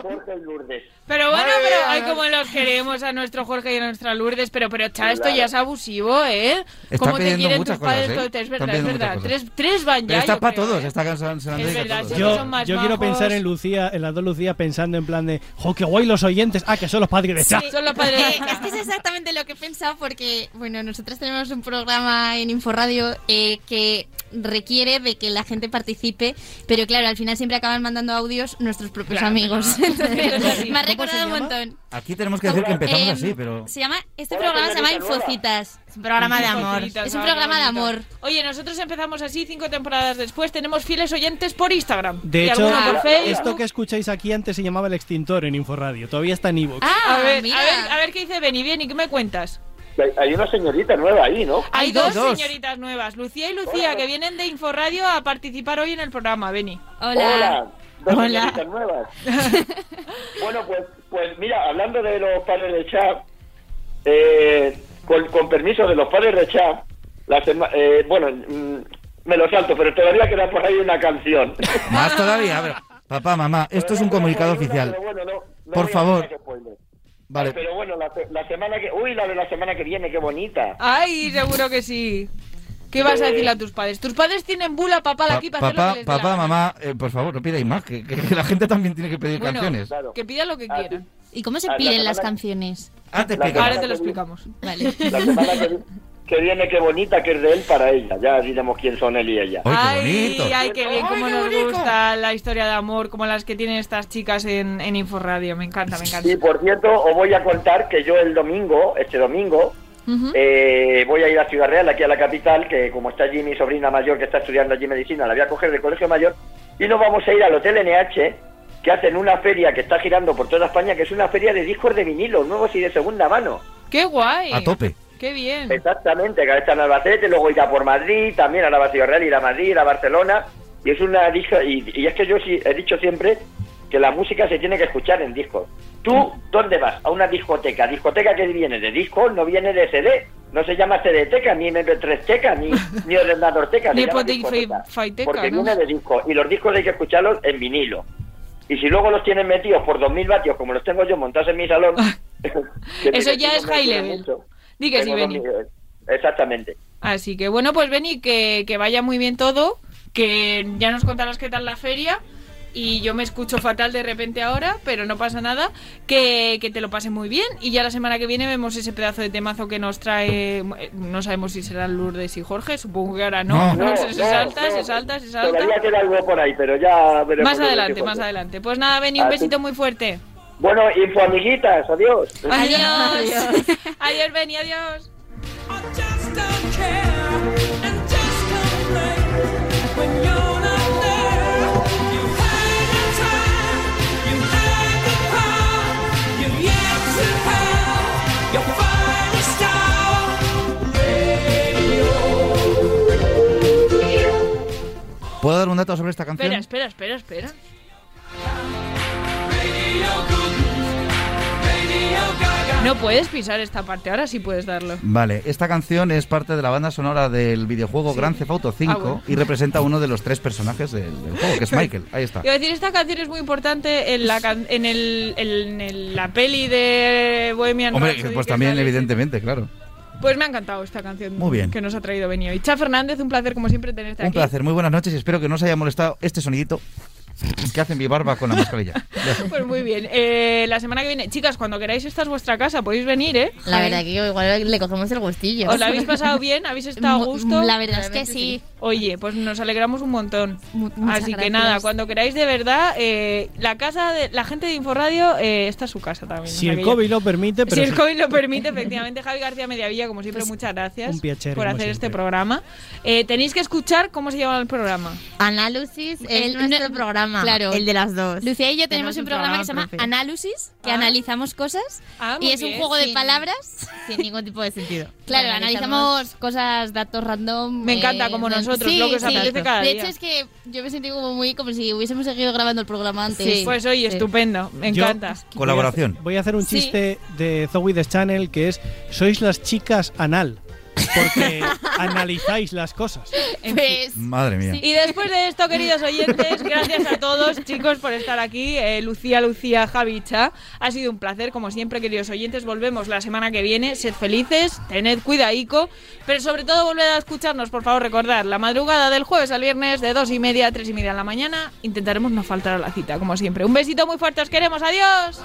Speaker 18: Jorge Lourdes.
Speaker 9: Pero bueno,
Speaker 18: Madre
Speaker 9: pero
Speaker 18: mía,
Speaker 9: ay,
Speaker 18: ¿no?
Speaker 9: como los queremos a nuestro Jorge y a nuestra Lourdes, pero pero cha, esto
Speaker 2: Claro.
Speaker 9: ya es abusivo, ¿eh?
Speaker 2: Está
Speaker 9: ¿Cómo te
Speaker 2: pidiendo
Speaker 9: quieren
Speaker 2: muchas
Speaker 9: tus padres?
Speaker 2: cosas, ¿eh?
Speaker 9: todo- Es
Speaker 2: Están
Speaker 9: verdad, es
Speaker 2: pidiendo muchas
Speaker 9: verdad.
Speaker 2: cosas.
Speaker 9: Tres, tres van
Speaker 2: Pero
Speaker 9: ya.
Speaker 2: está
Speaker 9: yo
Speaker 2: para
Speaker 9: creo,
Speaker 2: todos,
Speaker 9: ¿eh?
Speaker 2: está cansado. se la han
Speaker 9: Es
Speaker 2: dedicado a
Speaker 9: verdad,
Speaker 2: todos.
Speaker 9: siempre
Speaker 1: Yo,
Speaker 9: son más
Speaker 1: yo quiero
Speaker 9: majos.
Speaker 1: pensar en Lucía, en las dos Lucías pensando en plan de, jo, qué guay los oyentes, ah, que son los padres de Cha.
Speaker 14: Sí.
Speaker 9: los padres de
Speaker 14: Eh, es que es exactamente lo que he pensado porque, bueno, nosotros tenemos un programa en Inforradio eh, que requiere de que la gente participe, pero claro, al final siempre acaban mandando audios nuestros propios
Speaker 10: Claro.
Speaker 14: amigos. Entonces, me ha recordado un montón.
Speaker 2: Aquí tenemos que decir que empezamos
Speaker 14: Eh,
Speaker 9: Em,
Speaker 2: así, pero.
Speaker 14: Se llama, este programa se llama Infocitas. Es un programa de amor.
Speaker 9: Infocitas,
Speaker 14: Es un
Speaker 9: ah,
Speaker 14: programa de
Speaker 9: qué bonito.
Speaker 14: amor.
Speaker 9: Oye, nosotros empezamos así cinco temporadas después. Tenemos fieles oyentes por Instagram.
Speaker 1: De
Speaker 9: y
Speaker 1: hecho,
Speaker 9: alguno por Facebook.
Speaker 1: esto que escucháis aquí antes se llamaba el extintor en Inforradio, todavía está en Evox.
Speaker 9: Ah, a ver, a ver, a ver qué dice Beni. Beni, ¿qué me cuentas?
Speaker 18: Hay- Hay una señorita nueva ahí, ¿no?
Speaker 9: Hay, dos, señoritas nuevas, Lucía y Lucía, que vienen de Inforradio a participar hoy en el programa. Beni.
Speaker 18: Hola. Dos
Speaker 9: Hola.
Speaker 18: señoritas nuevas. bueno, pues, pues mira, hablando de los padres de chat, eh, con, con permiso de los padres de chat, la sema- eh, bueno, mm, me lo salto, pero todavía queda por ahí una canción.
Speaker 2: Más todavía, a ver. Papá, mamá, esto es un comunicado oficial.
Speaker 18: No voy
Speaker 2: Por
Speaker 18: a
Speaker 2: favor.
Speaker 18: hacer spoiler.
Speaker 2: Vale.
Speaker 18: Pero bueno, la, la semana que... Uy, la de la semana que viene, qué bonita.
Speaker 9: Ay, seguro que sí. ¿Qué vas a decirle a tus padres? Tus padres tienen bula papal
Speaker 2: Pa-
Speaker 9: aquí para hacer lo
Speaker 2: papá,
Speaker 9: que les dé la
Speaker 2: papá,
Speaker 9: gana.
Speaker 2: mamá, eh, por favor, no pidáis más, que, que- que la gente también tiene que pedir
Speaker 9: Bueno,
Speaker 2: canciones.
Speaker 9: que pidan lo que quieran.
Speaker 14: ¿Y cómo se
Speaker 18: Ah, la
Speaker 14: piden las
Speaker 18: semana-
Speaker 14: canciones?
Speaker 2: Ah, te explico.
Speaker 9: Ahora te lo explicamos.
Speaker 14: Vale.
Speaker 18: La semana que, vi- que viene, qué bonita, que es de él para ella. Ya diremos quién son él y ella.
Speaker 9: Ay, ay, qué bien, cómo nos gusta la historia de amor, como las que tienen estas chicas en, en Inforradio. Me encanta, me encanta.
Speaker 18: Y por cierto, os voy a contar que yo el domingo, este domingo,
Speaker 9: Ujú.
Speaker 18: eh, voy a ir a Ciudad Real, aquí a la capital, que como está allí mi sobrina mayor que está estudiando allí medicina, la voy a coger del colegio mayor, y nos vamos a ir al Hotel NH, que hacen una feria que está girando por toda España, que es una feria de discos de vinilo, nuevos y de segunda mano.
Speaker 9: ¡Qué guay!
Speaker 2: tope.
Speaker 9: ¡Qué bien!
Speaker 18: Exactamente, que ahora está en Albacete, luego irá por Madrid, también a la Ciudad Real, irá a Madrid, irá a Barcelona, y es una disco, y, y es que yo sí he dicho siempre que la música se tiene que escuchar en discos. ¿Tú dónde vas? A una discoteca. ¿Discoteca que viene de disco? No viene de CD. No se llama CD-teca, ni MP3-teca, ni, ni ordenador-teca. se
Speaker 9: Ni
Speaker 18: llama discoteca,
Speaker 9: Spotify-teca,
Speaker 18: Porque
Speaker 9: ¿no?
Speaker 18: viene de disco. Y los discos hay que escucharlos en vinilo. Y si luego los tienen metidos por 2.000 vatios, como los tengo yo montados en mi salón... que mis
Speaker 9: Ah. Eso ya
Speaker 18: vecinos
Speaker 9: es
Speaker 18: me
Speaker 9: high
Speaker 18: quieren
Speaker 9: level.
Speaker 18: mucho.
Speaker 9: Di que sí,
Speaker 18: Tengo
Speaker 9: Beni.
Speaker 18: dos mil- Exactamente.
Speaker 9: Así que bueno, pues Beni, que, que vaya muy bien todo, que ya nos contarás qué tal la feria. Y yo me escucho fatal de repente ahora, pero no pasa nada. Que, que te lo pases muy bien. Y ya la semana que viene vemos ese pedazo de temazo que nos trae. eh, No sabemos si serán Lourdes y Jorge, supongo que ahora no.
Speaker 18: No,
Speaker 9: No, sé, se,
Speaker 18: no,
Speaker 9: salta,
Speaker 18: no.
Speaker 9: se salta, se salta,
Speaker 18: Todavía queda algo por ahí, pero ya veremos.
Speaker 9: Más
Speaker 18: lo que
Speaker 9: adelante,
Speaker 18: pasa.
Speaker 9: más adelante. Pues nada, Beni, un
Speaker 18: Así-
Speaker 9: besito muy fuerte.
Speaker 18: Bueno, infoamiguitas, adiós.
Speaker 9: Adiós. Adiós, Beni, adiós.
Speaker 2: ¿Puedo dar un dato sobre esta
Speaker 9: Espera,
Speaker 2: canción?
Speaker 9: espera, espera, espera. No puedes pisar esta parte, ahora sí puedes darlo.
Speaker 2: Vale, esta canción es parte de la banda sonora del videojuego Grand Theft Auto 5
Speaker 9: Ah, bueno.
Speaker 2: y representa a uno de los tres personajes del, del juego, que es Michael. Ahí está.
Speaker 9: Quiero decir, esta canción es muy importante en la, can- en el, en el- la peli de Bohemian
Speaker 2: Hombre,
Speaker 9: Rhapsody
Speaker 2: pues
Speaker 9: que
Speaker 2: también,
Speaker 9: sale.
Speaker 2: evidentemente, claro.
Speaker 9: Pues me ha encantado esta canción
Speaker 2: Muy bien.
Speaker 9: que nos ha traído Benio. Y Cha Fernández, un placer como siempre tenerte
Speaker 2: Un
Speaker 9: aquí.
Speaker 2: placer, muy buenas noches y espero que no os haya molestado este sonidito que hace mi barba con la mascarilla.
Speaker 9: Pues muy bien. Eh, la semana que viene, chicas, cuando queráis, esta es vuestra casa, podéis venir, ¿eh?
Speaker 14: La verdad que igual le cogemos el gustillo.
Speaker 9: ¿Os la habéis pasado bien? ¿Habéis estado a
Speaker 14: Mu-
Speaker 9: gusto?
Speaker 14: la verdad es que sí.
Speaker 9: Oye, pues nos alegramos un montón.
Speaker 14: muchas
Speaker 9: Así que
Speaker 14: gracias.
Speaker 9: nada, cuando queráis de verdad, eh, la casa de la gente de Inforradio, eh, esta es su casa también.
Speaker 1: Si
Speaker 9: o sea
Speaker 1: el
Speaker 9: que ya-
Speaker 1: COVID lo permite, pero
Speaker 9: si el
Speaker 1: sí.
Speaker 9: COVID lo permite, efectivamente, Javi García Mediavilla, como siempre, muchas gracias
Speaker 1: un piacere,
Speaker 9: por
Speaker 1: como
Speaker 9: hacer este
Speaker 1: siempre.
Speaker 9: programa. Eh, tenéis que escuchar cómo se llama el programa.
Speaker 14: Análisis es
Speaker 10: El-
Speaker 14: nuestro
Speaker 10: no-
Speaker 14: programa,
Speaker 10: claro.
Speaker 14: el de las dos.
Speaker 10: Lucía y yo tenemos un programa que se llama
Speaker 14: profe.
Speaker 10: Análisis, que
Speaker 9: Ah.
Speaker 10: analizamos cosas
Speaker 14: muy
Speaker 10: y es un
Speaker 14: bien.
Speaker 10: juego de
Speaker 14: Sí.
Speaker 10: palabras.
Speaker 14: Sin ningún tipo de sentido.
Speaker 10: Claro, analizamos cosas, datos random.
Speaker 9: Me encanta, como nosotros, lo que os apetece cada
Speaker 10: De
Speaker 9: día.
Speaker 10: hecho, es que yo me sentí como muy como si hubiésemos seguido grabando el programa antes.
Speaker 9: Pues oye, estupendo, me
Speaker 1: Yo-
Speaker 9: encanta.
Speaker 2: Colaboración.
Speaker 1: Voy a hacer un
Speaker 10: Sí.
Speaker 1: chiste de Zoe The Channel que es: sois las chicas anal. porque analizáis las cosas.
Speaker 9: Pues-
Speaker 2: Madre mía.
Speaker 9: Y después de esto, queridos oyentes, gracias a todos, chicos, por estar aquí. Eh, Lucía, Lucía, Javi, Cha. Ha sido un placer, como siempre, queridos oyentes. Volvemos la semana que viene. Sed felices, tened cuidadico, pero sobre todo volved a escucharnos, por favor, recordar, la madrugada del jueves al viernes de dos y media a tres y media de la mañana. Intentaremos no faltar a la cita, como siempre. Un besito muy fuerte, os queremos, adiós.